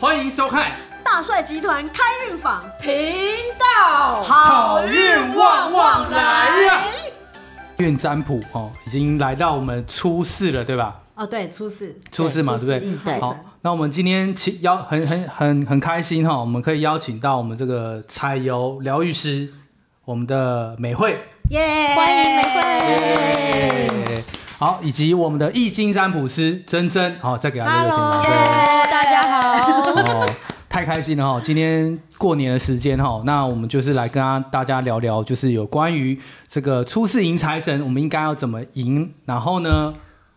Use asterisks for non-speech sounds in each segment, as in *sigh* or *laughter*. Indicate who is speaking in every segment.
Speaker 1: 欢迎收看
Speaker 2: 大帅集团开运坊，
Speaker 3: 频道
Speaker 1: 好运旺旺来呀！运占卜哦，已经来到我们初四了，对吧？
Speaker 2: 哦，对，初四，
Speaker 1: 初四嘛，
Speaker 2: 初
Speaker 1: 对不
Speaker 2: 四
Speaker 1: 对
Speaker 2: 迎？财神
Speaker 1: 好，那我们今天请邀很很很很开心哈、我们可以邀请到我们这个彩油疗愈师，我们的美惠，
Speaker 2: 耶！
Speaker 3: 欢迎玫瑰。
Speaker 1: 好，以及我们的易经占卜师珍珍，好、再给他热
Speaker 3: Hello，
Speaker 1: 情掌声。
Speaker 3: 大家好。
Speaker 1: 哦，太开心了哈！今天过年的时间哈，那我们就是来跟大家聊聊，就是有关于这个初四迎财神，我们应该要怎么迎，然后呢，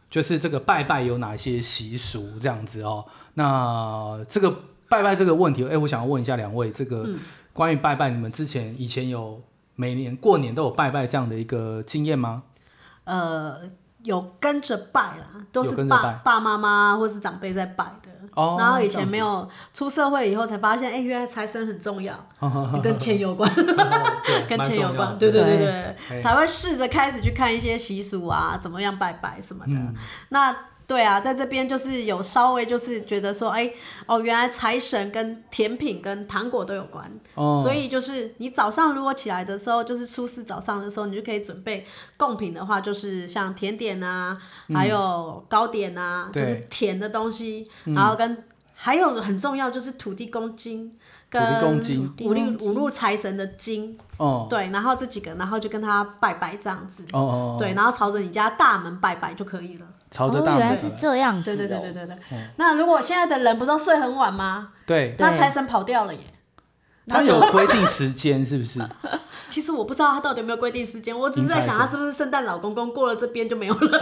Speaker 1: 就是这个拜拜有哪些习俗这样子哦。那这个拜拜这个问题，哎、我想要问一下两位，这个关于拜拜，你们之前以前有每年过年都有拜拜这样的一个经验吗？ *laughs*
Speaker 2: 呃，有跟着拜啦，都是
Speaker 1: 有跟着
Speaker 2: 爸
Speaker 1: 拜
Speaker 2: 爸妈妈或是长辈在拜的。
Speaker 1: 哦
Speaker 2: 然后以
Speaker 1: 这样
Speaker 2: 前
Speaker 1: 子
Speaker 2: 没有出社会以后才发现，哎、原来财神很重要，
Speaker 1: 哦
Speaker 2: *laughs* 跟钱
Speaker 1: *laughs*
Speaker 2: 有关，
Speaker 1: 对
Speaker 2: *laughs* 跟
Speaker 1: 蛮重
Speaker 2: 钱有
Speaker 1: 要
Speaker 2: 关，
Speaker 1: 的
Speaker 2: 对对对
Speaker 1: 对
Speaker 2: 对，才会试着开始去看一些习俗啊，怎么样拜拜什么的。
Speaker 1: 嗯
Speaker 2: 那对啊，在这边就是有稍微就是觉得说，哎、哦，原来财神跟甜品跟糖果都有关，
Speaker 1: 哦
Speaker 2: 所以就是你早上如果起来的时候，就是初四早上的时候，你就可以准备贡品的话，就是像甜点啊，还有糕点啊，
Speaker 1: 嗯对嗯
Speaker 2: 就是甜的东西，然后跟还有很重要就是土地公金。
Speaker 1: 土
Speaker 2: 跟
Speaker 1: 地公金
Speaker 2: 五路
Speaker 3: 土地公金
Speaker 2: 五路财神的金，
Speaker 1: 哦
Speaker 2: 对，然后这几个，然后就跟他拜拜这样子，
Speaker 1: 哦哦，
Speaker 2: 对，然后朝着你家大门拜拜就可以了。
Speaker 1: 朝着
Speaker 3: 哦
Speaker 1: 大
Speaker 3: 原
Speaker 1: 门
Speaker 3: 来是这样子
Speaker 2: 对对
Speaker 3: 哦。
Speaker 2: 对对对对。那如果现在的人不是都睡很晚吗？
Speaker 1: 对
Speaker 2: 那
Speaker 3: 对
Speaker 2: 财神跑掉了耶。
Speaker 1: 他有规定时间是不是？
Speaker 2: 其实我不知道他到底有没有规定时间，我只是在
Speaker 1: 迎财
Speaker 2: 想
Speaker 1: 神
Speaker 2: 他是不是圣诞老公公过了这边就没有
Speaker 3: *laughs*
Speaker 2: 了，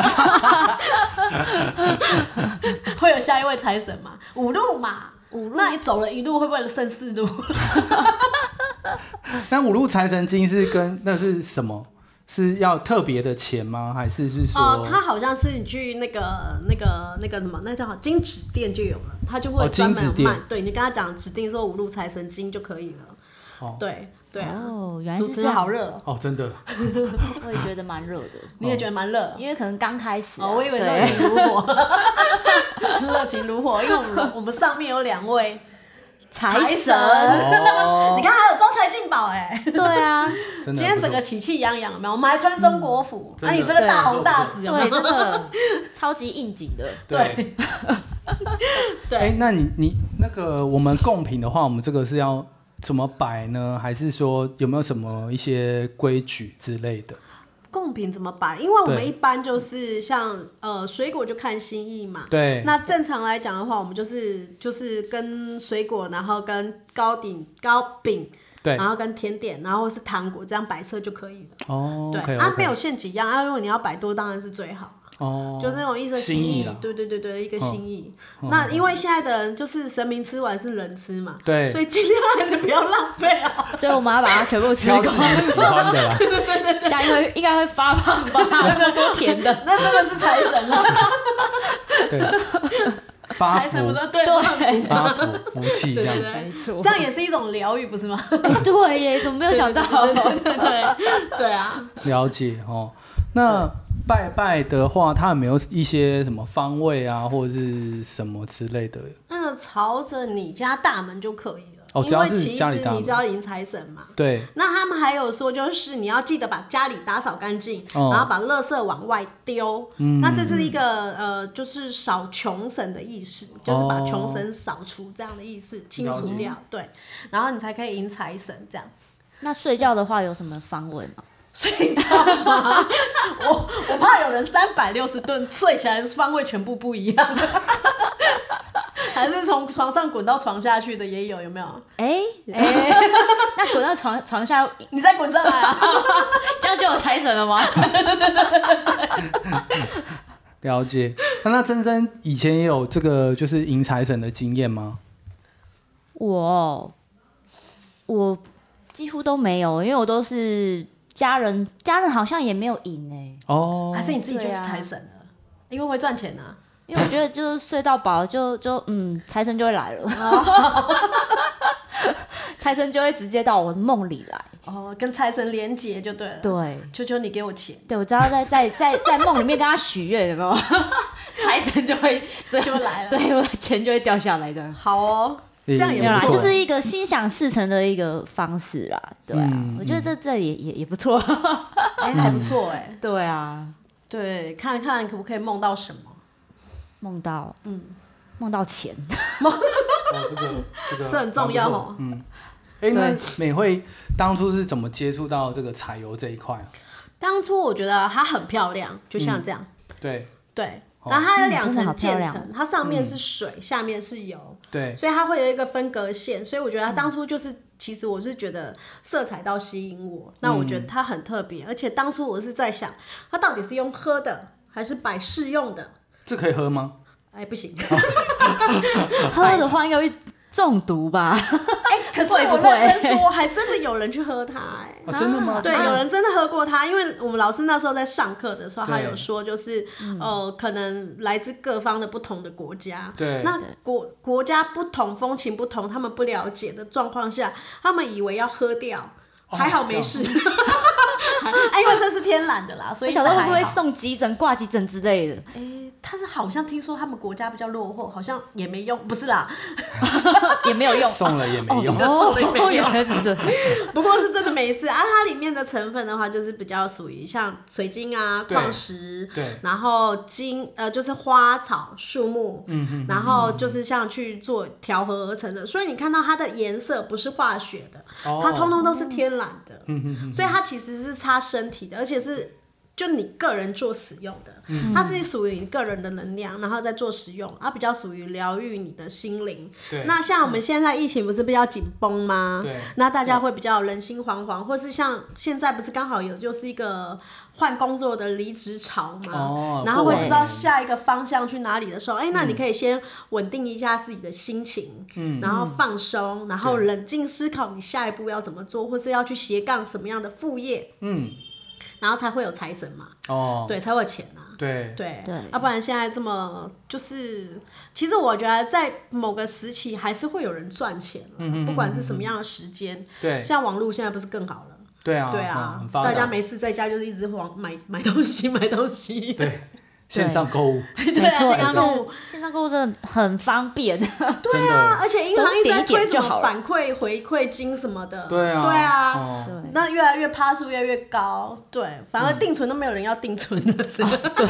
Speaker 2: 会有下一位财神嘛？五路嘛，
Speaker 3: 五路
Speaker 2: 那你走了一路会不会剩四路？
Speaker 1: 那五路财神经是跟那是什么？是要特别的钱吗？还是是说？
Speaker 2: 哦，它好像是你去那个、那个、那个什么，那叫什么金纸店就有了，它就
Speaker 1: 哦
Speaker 2: 会专门
Speaker 1: 金
Speaker 2: 有
Speaker 1: 纸店
Speaker 2: 卖。对你跟他讲指定说五路财神金就可以了。
Speaker 1: 哦
Speaker 2: 对对啊，
Speaker 3: 哦，原来
Speaker 2: 主持
Speaker 3: 是这
Speaker 2: 人
Speaker 3: 样。
Speaker 2: 好热哦，
Speaker 1: 哦，真
Speaker 2: *laughs*
Speaker 1: 的，
Speaker 3: 我也觉得蛮热的，
Speaker 2: 你也觉得蛮热哦。
Speaker 3: 因为可能刚开始啊。
Speaker 2: 哦，我以为热
Speaker 3: 对
Speaker 2: 情如火， *laughs* 热情如火，因为我们我们上面有两位，
Speaker 3: 财
Speaker 2: 财神
Speaker 3: 神。
Speaker 1: 哦
Speaker 2: 你，看还有招财进宝哎，
Speaker 3: 对啊，
Speaker 1: 真的。
Speaker 2: 今天整个喜气洋洋，有没有？我们还穿中国服，
Speaker 1: 真
Speaker 2: 那
Speaker 1: 的
Speaker 2: 你这个大红大紫有没
Speaker 3: 对，
Speaker 2: 有？
Speaker 3: 真的超级应景的。
Speaker 1: 不错对。哎、
Speaker 2: 对，
Speaker 1: 那你你那个我们贡品的话，我们这个是要怎么摆呢？还是说有没有什么一些规矩之类的？
Speaker 2: 贡品怎么摆？因为我们
Speaker 1: 对
Speaker 2: 一般就是像呃水果就看心意嘛，
Speaker 1: 对，
Speaker 2: 那正常来讲的话，我们就是就是跟水果，然后跟糕点、糕饼，
Speaker 1: 对，
Speaker 2: 然后跟甜点，然后是糖果，这样摆设就可以了。
Speaker 1: 哦
Speaker 2: 对
Speaker 1: ，OK，
Speaker 2: 啊，没有限几样啊，如果你要摆多，当然是最好，
Speaker 1: 哦，
Speaker 2: 就那种一个
Speaker 1: 心意
Speaker 2: 意
Speaker 1: 啦。嗯
Speaker 2: 对对对对，一个心意。那因为现在的人就是神明吃完是人吃嘛，
Speaker 1: 对
Speaker 2: 所以尽量还是不要浪费
Speaker 1: *laughs*
Speaker 2: 啊。
Speaker 3: 所以我们要把它全部吃
Speaker 1: 挑自
Speaker 3: 光，
Speaker 1: 己喜欢的
Speaker 2: *laughs*
Speaker 1: 啦。
Speaker 3: 家里会应该会发胖吧？那么多甜的，
Speaker 2: 那真的是财神了，
Speaker 1: 对，发
Speaker 2: 财神不
Speaker 1: 福
Speaker 2: 是，对
Speaker 3: 对
Speaker 1: 发
Speaker 2: 吗？
Speaker 1: 福福气这样
Speaker 2: 对。对
Speaker 3: 没错
Speaker 2: 这。样也是一种疗愈，
Speaker 1: *laughs*
Speaker 2: 不是吗？
Speaker 3: 哎，对耶，怎么没有想到？
Speaker 2: 对对对对对对对啊！
Speaker 1: 了解哦。那拜拜的话，它有没有一些什么方位啊，或者是什么之类的？
Speaker 2: *laughs* 那朝着你家大门就可以了，
Speaker 1: 哦只
Speaker 2: 因
Speaker 1: 要
Speaker 2: 为
Speaker 1: 是
Speaker 2: 其
Speaker 1: 家里
Speaker 2: 实
Speaker 1: 大门
Speaker 2: 你知道迎财神嘛。
Speaker 1: 对，
Speaker 2: 那他们还有说，就是你要记得把家里打扫干净，
Speaker 1: 哦嗯
Speaker 2: 然后把垃圾往外丢。那这是一个呃，就是扫穷神的意识，
Speaker 1: 哦
Speaker 2: 就是把穷神扫除这样的意思，清除掉。对，然后你才可以迎财神这样。
Speaker 3: 那睡觉的话有什么方位吗？
Speaker 2: 睡觉吗？我我怕有人三百六十吨睡起来方位全部不一样，还是从床上滚到床下去的也有，有没有？
Speaker 3: 哎，
Speaker 2: 哎、
Speaker 3: 那滚到床床下，
Speaker 2: 你再滚上来啊！
Speaker 3: *laughs* 这样就有财神了吗？
Speaker 1: 了解。 *laughs* 那那珍珍以前也有这个就是迎财神的经验吗？
Speaker 3: 我哦我几乎都没有，因为我都是家人，家人好像也没有赢哎，
Speaker 1: 哦，
Speaker 2: 还是你自己就是
Speaker 3: 对啊
Speaker 2: 财神了，因为会赚钱啊。
Speaker 3: 因为我觉得就是睡到饱，就就嗯，财神就会来了。财神就会直接到我的梦里来。
Speaker 2: 哦，跟财神连结就对了。
Speaker 3: 对，
Speaker 2: 求求你给我钱，
Speaker 3: 对我只要在在在在梦里面跟他许愿，有没有？ *laughs* 财神就会就
Speaker 2: 就来了
Speaker 3: *laughs* 对，我的钱就会掉下来的。
Speaker 2: 好哦，
Speaker 1: 嗯
Speaker 2: 这样也
Speaker 3: 没
Speaker 2: 不
Speaker 3: 有啦，
Speaker 2: 错。
Speaker 3: 就是一个心想事成的一个方式啦。对啊，
Speaker 1: 嗯
Speaker 3: 我觉得这这也也也不错。 *laughs*
Speaker 2: 哎、还不错哎、
Speaker 3: 对啊，
Speaker 2: 对，看看可不可以梦到什么。
Speaker 3: 梦到嗯，梦
Speaker 2: *laughs*
Speaker 3: 到钱，
Speaker 1: 哦，这个这个
Speaker 2: 这很重要哦
Speaker 1: 蛮不错嗯，哎，那美惠当初是怎么接触到这个彩油这一块？
Speaker 2: 当初我觉得它很漂亮，就像这样，
Speaker 1: 对
Speaker 2: 对。
Speaker 1: 哦
Speaker 2: 然后它有
Speaker 3: 嗯
Speaker 2: 两
Speaker 3: 真的
Speaker 2: 层
Speaker 3: 好漂
Speaker 2: 渐
Speaker 3: 亮嗯
Speaker 2: 层，它上面是水，下面是油，
Speaker 1: 对，
Speaker 2: 所以它会有一个分隔线。所以我觉得它当初就是，其实我是觉得色彩到吸引我，那我觉得它很特
Speaker 3: 嗯
Speaker 2: 别。而且当初我是在想，它到底是用喝的还是摆饰用的？
Speaker 1: 这可以喝吗？
Speaker 2: 哎，不
Speaker 3: *laughs*
Speaker 2: 行，
Speaker 3: 喝的话应该会中毒
Speaker 2: *laughs*
Speaker 3: 吧？
Speaker 2: 哎，可是
Speaker 3: 会不
Speaker 2: 我
Speaker 3: 会
Speaker 2: 认真说，还真的有人去喝它、哎。
Speaker 1: 哦，真的吗？
Speaker 2: *laughs* 对，
Speaker 1: 啊
Speaker 2: 有人真的喝过它，因为我们老师那时候在上课的时候，他
Speaker 1: 对嗯
Speaker 2: 有说，就是呃，可能来自各方的不同的国家，
Speaker 1: 对
Speaker 2: 那国国家不同，风情不同，他们不了解的状况下，他们以为要喝掉，
Speaker 1: 哦
Speaker 2: 还好没事， *laughs* 哎，因为这是天然的啦，所
Speaker 3: 我
Speaker 2: 以
Speaker 3: 小时候会不会
Speaker 2: 还好？
Speaker 3: 送急诊、挂急诊之
Speaker 2: *laughs*
Speaker 3: 类的？
Speaker 2: 哎，但是好像听说他们国家比较落后，好像也没用，不是啦，
Speaker 3: 也 *laughs* 没有用，
Speaker 1: 送了也没用。
Speaker 2: *laughs*
Speaker 3: 哦，
Speaker 2: 送了也没用
Speaker 3: 原来是这样。
Speaker 2: *laughs* 不过是真的没事啊。它里面的成分的话，就是比较属于像水晶啊、
Speaker 1: 对
Speaker 2: 矿石，
Speaker 1: 对
Speaker 2: 然后金呃就是花草树木，嗯嗯，然后就是像去做调和而成的，所以你看到它的颜色不是化学的，
Speaker 1: 哦
Speaker 2: 它通通都是天然的，嗯所以它其实是擦身体的，而且是。就你个人做使用的，
Speaker 1: 嗯
Speaker 2: 它是属于你个人的能量，然后再做使用，啊它比较属于疗愈你的心灵。
Speaker 1: 对
Speaker 2: 那像我们现在疫情不是比较紧绷吗？
Speaker 1: 对
Speaker 2: 那大家会比较人心惶惶，或是像现在不是刚好有就是一个换工作的离职潮嘛，
Speaker 1: 哦嗯
Speaker 2: 然后会不
Speaker 3: 对
Speaker 2: 知道下一个方向去哪里的时候，哎、那你可以先稳定一下自己的心情，嗯，然后放松，然后
Speaker 1: 对
Speaker 2: 冷静思考你下一步要怎么做，或是要去斜杠什么样的副业，
Speaker 1: 嗯，
Speaker 2: 然后才会有财神嘛，
Speaker 1: 哦，
Speaker 2: 对，才会有钱啊。
Speaker 1: 对
Speaker 2: 对，啊
Speaker 3: 对
Speaker 2: 要、不然现在这么就是，其实我觉得在某个时期还是会有人赚钱啦
Speaker 1: 嗯
Speaker 2: 不管是什么样的时间，
Speaker 1: 对
Speaker 2: 像网络现在不是更好了？
Speaker 1: 对啊，
Speaker 2: 对
Speaker 1: 嗯
Speaker 2: 啊
Speaker 1: 很，发达
Speaker 2: 大家没事在家就是一直往买买东西， *laughs* 买东西。
Speaker 1: 对线上购
Speaker 2: *laughs*
Speaker 1: 物，
Speaker 3: 没错，
Speaker 2: 啊线上购物
Speaker 3: 这线上购物真的很方便。
Speaker 1: 真
Speaker 2: 啊
Speaker 1: 的，
Speaker 2: 而且银行一直在
Speaker 3: 手点一
Speaker 2: 推
Speaker 3: 点
Speaker 2: 什
Speaker 3: 就
Speaker 2: 么
Speaker 3: 好了
Speaker 2: 反馈回馈金什么的。
Speaker 1: 对啊，
Speaker 2: 对啊。
Speaker 1: 哦嗯
Speaker 3: 对
Speaker 2: 那越来越趴数越来越高，对，反而定存都没有人要定存的，
Speaker 1: 哦
Speaker 2: 是吧
Speaker 3: *laughs* 对，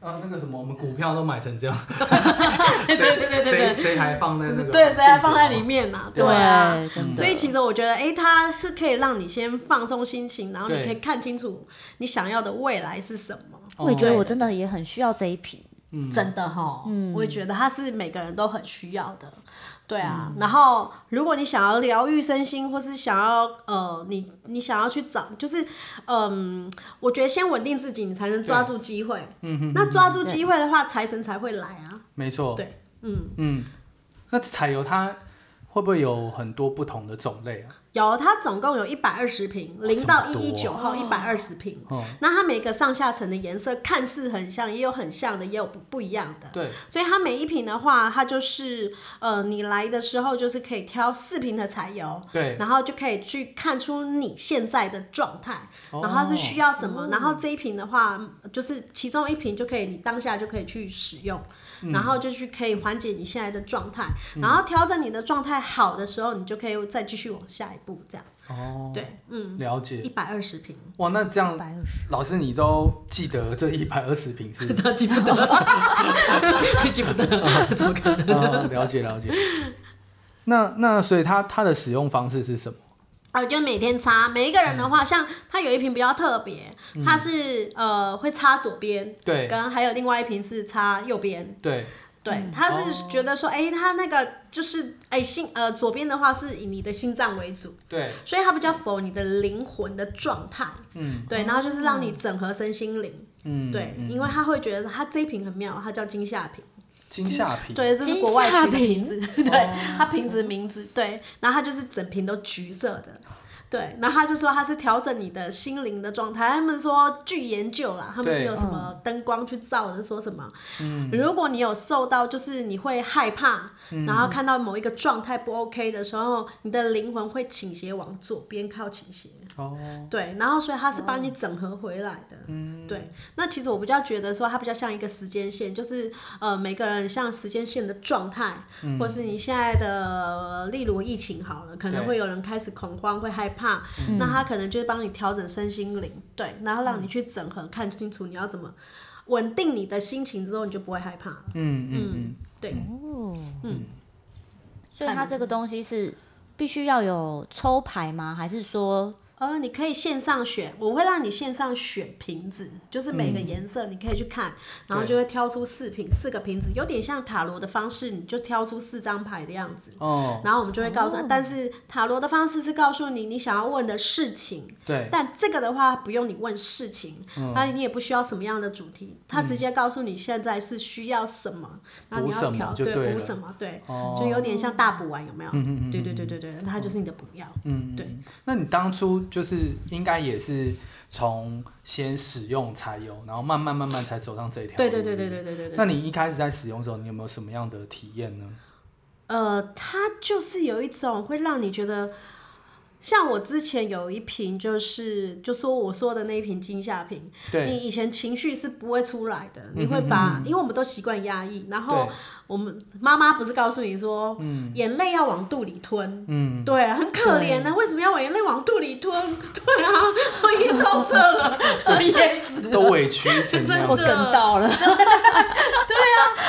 Speaker 1: 啊，那个什么，我们股票都买成这样，
Speaker 2: *laughs* 对对对对
Speaker 1: 谁
Speaker 2: 对
Speaker 1: 谁还放在那个？哦
Speaker 2: 对，谁还放在里？面呢？ *laughs* 对啊，
Speaker 3: 对真的
Speaker 2: 所以其实我觉得，哎、它是可以让你先放松心情，然后你
Speaker 1: 对
Speaker 2: 可以看清楚你想要的未来是什么。
Speaker 1: 哦
Speaker 3: 我也觉得我真的也很需要这一瓶。
Speaker 2: 真的哈，嗯我也觉得它是每个人都很需要的，对啊。然后，如果你想要疗愈身心，或是想要呃，你你想要去找，就是嗯、我觉得先稳定自己，你才能抓住机会。嗯哼，那抓住机会的话，财神才会来啊。
Speaker 1: 没错，
Speaker 2: 对，嗯，
Speaker 1: 嗯，那彩油它会不会有很多不同的种类啊？
Speaker 2: 有，它总共有一百二十瓶，
Speaker 1: 这
Speaker 2: 零
Speaker 1: 么
Speaker 2: 到
Speaker 1: 多啊
Speaker 2: 一一九号一百二十瓶。
Speaker 1: 哦
Speaker 2: 那它每个上下层的颜色看似很像，也有很像的，也有不不一样的。
Speaker 1: 对，
Speaker 2: 所以它每一瓶的话，它就是呃，你来的时候就是可以挑四瓶的柴油，
Speaker 1: 对
Speaker 2: 然后就可以去看出你现在的状态，
Speaker 1: 哦
Speaker 2: 然后它是需要什么，然后这一瓶的话，就是其中一瓶就可以你当下就可以去使用。
Speaker 1: 嗯
Speaker 2: 然后就去可以缓解你现在的状态，然后调整你的状态好的时候，你就可以再继续往下一步，这样
Speaker 1: 哦，
Speaker 2: 对，嗯，
Speaker 1: 了
Speaker 2: 一
Speaker 1: 解。
Speaker 2: 百二十瓶，
Speaker 1: 哇，那这
Speaker 2: 嗯
Speaker 1: 样
Speaker 3: 百二十，
Speaker 1: 老师你都记得这一百二十瓶
Speaker 2: *laughs*
Speaker 1: 是？
Speaker 2: 他记
Speaker 1: *laughs*
Speaker 2: 不得，记不得，怎么可能？
Speaker 1: 哦了解了解。那那所以它它的使用方式是什么？
Speaker 2: 啊，就每天擦。每一个人的
Speaker 1: 嗯
Speaker 2: 话，像它有一瓶比较特别，它是呃会擦左边，
Speaker 1: 对
Speaker 2: 跟还有另外一瓶是擦右边。
Speaker 1: 对嗯
Speaker 2: 对，他
Speaker 1: 哦
Speaker 2: 是觉得说，哎、他那个就是哎心呃左边的话是以你的心脏为主，
Speaker 1: 对
Speaker 2: 所以它比
Speaker 1: 嗯
Speaker 2: 较符合你的灵魂的状态。嗯，对，然后就是让你整合身心灵。
Speaker 1: 哦嗯
Speaker 2: 对，
Speaker 1: 嗯
Speaker 2: 因为他会觉得它这一瓶很妙，它叫金夏瓶。
Speaker 1: 惊吓哦瓶，
Speaker 2: 对，这是
Speaker 3: 金
Speaker 2: 国外
Speaker 3: 夏
Speaker 2: 取的
Speaker 3: 瓶
Speaker 2: *laughs* 瓶子，对，它瓶子的名字，对，然后它就是整瓶都橘色的，对，然后他就说他是调整你的心灵的状态。他们说据研究啦，他们是
Speaker 1: 对
Speaker 2: 有什么灯光去照的，说什么，如果你有受到就是你会害怕，然后看到某一个状态不 OK 的时候，你的灵魂会倾斜往左边靠倾斜。
Speaker 1: 哦，
Speaker 2: 对，然后所以它是帮你整合回来的。嗯，对。那其实我比较觉得说，它比较像一个时间线，就是呃每个人像时间线的状态，或是你现在的，例如疫情好了，可能
Speaker 1: 对
Speaker 2: 会有人开始恐慌，会害怕，那他可能就会帮你调整身心灵，对，然后让你去整合，看清楚你要怎么稳定你的心情之后，你就不会害怕了。
Speaker 1: 嗯嗯嗯
Speaker 2: 嗯，对，
Speaker 3: 所以它这个东西是必须要有抽牌吗？还是说
Speaker 2: 呃，你可以线上选，我会让你线上选瓶子，就是每个颜色你可以去看，
Speaker 1: 嗯
Speaker 2: 然后就会挑出四瓶四个瓶子，有点像塔罗的方式，你就挑出四张牌的样子。
Speaker 1: 哦，
Speaker 2: 然后我们就会告诉，但是塔罗的方式是告诉你你想要问的事情，
Speaker 1: 对，
Speaker 2: 但这个的话不用你问事情，
Speaker 1: 嗯
Speaker 2: 那、你也不需要什么样的主题，他直接告诉你现在是需要什么，然后你
Speaker 1: 补什
Speaker 2: 要
Speaker 1: 么
Speaker 2: 调
Speaker 1: 就对
Speaker 2: 对
Speaker 1: 了
Speaker 2: 补什么，对，
Speaker 1: 哦
Speaker 2: 就有点像大补丸有没有？对对对对对，那它就是你的补药。
Speaker 1: 嗯，
Speaker 2: 对。
Speaker 1: 那你当初就是应该也是从先使用才有，然后慢慢慢慢才走上这一条路。
Speaker 2: 对对对
Speaker 1: 不
Speaker 2: 对对对对对。
Speaker 1: 那你一开始在使用的时候，你有没有什么样的体验呢？
Speaker 2: 呃，它就是有一种会让你觉得，像我之前有一瓶，就是就说我说的那一瓶惊吓瓶，你
Speaker 1: 对，嗯
Speaker 2: 以前情绪是不会出来的，你会把，因为我们都习惯压抑，然后
Speaker 1: 对
Speaker 2: 我们妈妈不是告诉你说，眼泪要往肚里吞，
Speaker 1: 嗯，
Speaker 2: 对，啊很可怜的，为什么要往眼泪往肚里吞？ *laughs* 对啊，我已经到这了，
Speaker 3: 也 *laughs*
Speaker 2: *laughs*
Speaker 3: 死
Speaker 1: 都委屈成这样
Speaker 3: 我
Speaker 1: 子
Speaker 2: 真
Speaker 3: 更
Speaker 2: 的
Speaker 3: 到了？
Speaker 2: *laughs*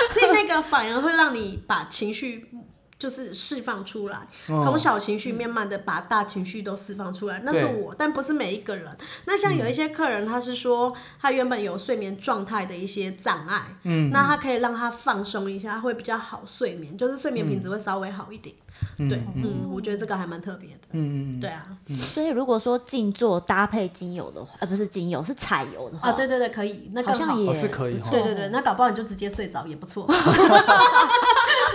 Speaker 2: 所以那个反而会让你把情绪就是释放出来，
Speaker 1: 哦
Speaker 2: 从小情绪慢慢的把大情绪都释放出来。那
Speaker 1: 对
Speaker 2: 是我，但不是每一个人。那像有一些客人，他是说他原本有睡眠状态的一些障碍，嗯，那他可以让他放松一下，他会比较好睡眠，就是睡眠品质会稍微好一点。对，嗯，我觉得这个还蛮特别的。
Speaker 1: 嗯嗯嗯，
Speaker 2: 对啊，
Speaker 3: 所以如果说静坐搭配精油的话，呃，不是精油是彩油的话，
Speaker 2: 啊，对对对，可以，那
Speaker 3: 好
Speaker 2: 更
Speaker 3: 像
Speaker 2: 好。
Speaker 3: 也
Speaker 1: 哦是可以
Speaker 3: 不错
Speaker 2: 对对对，那搞不好你就直接睡着也不错。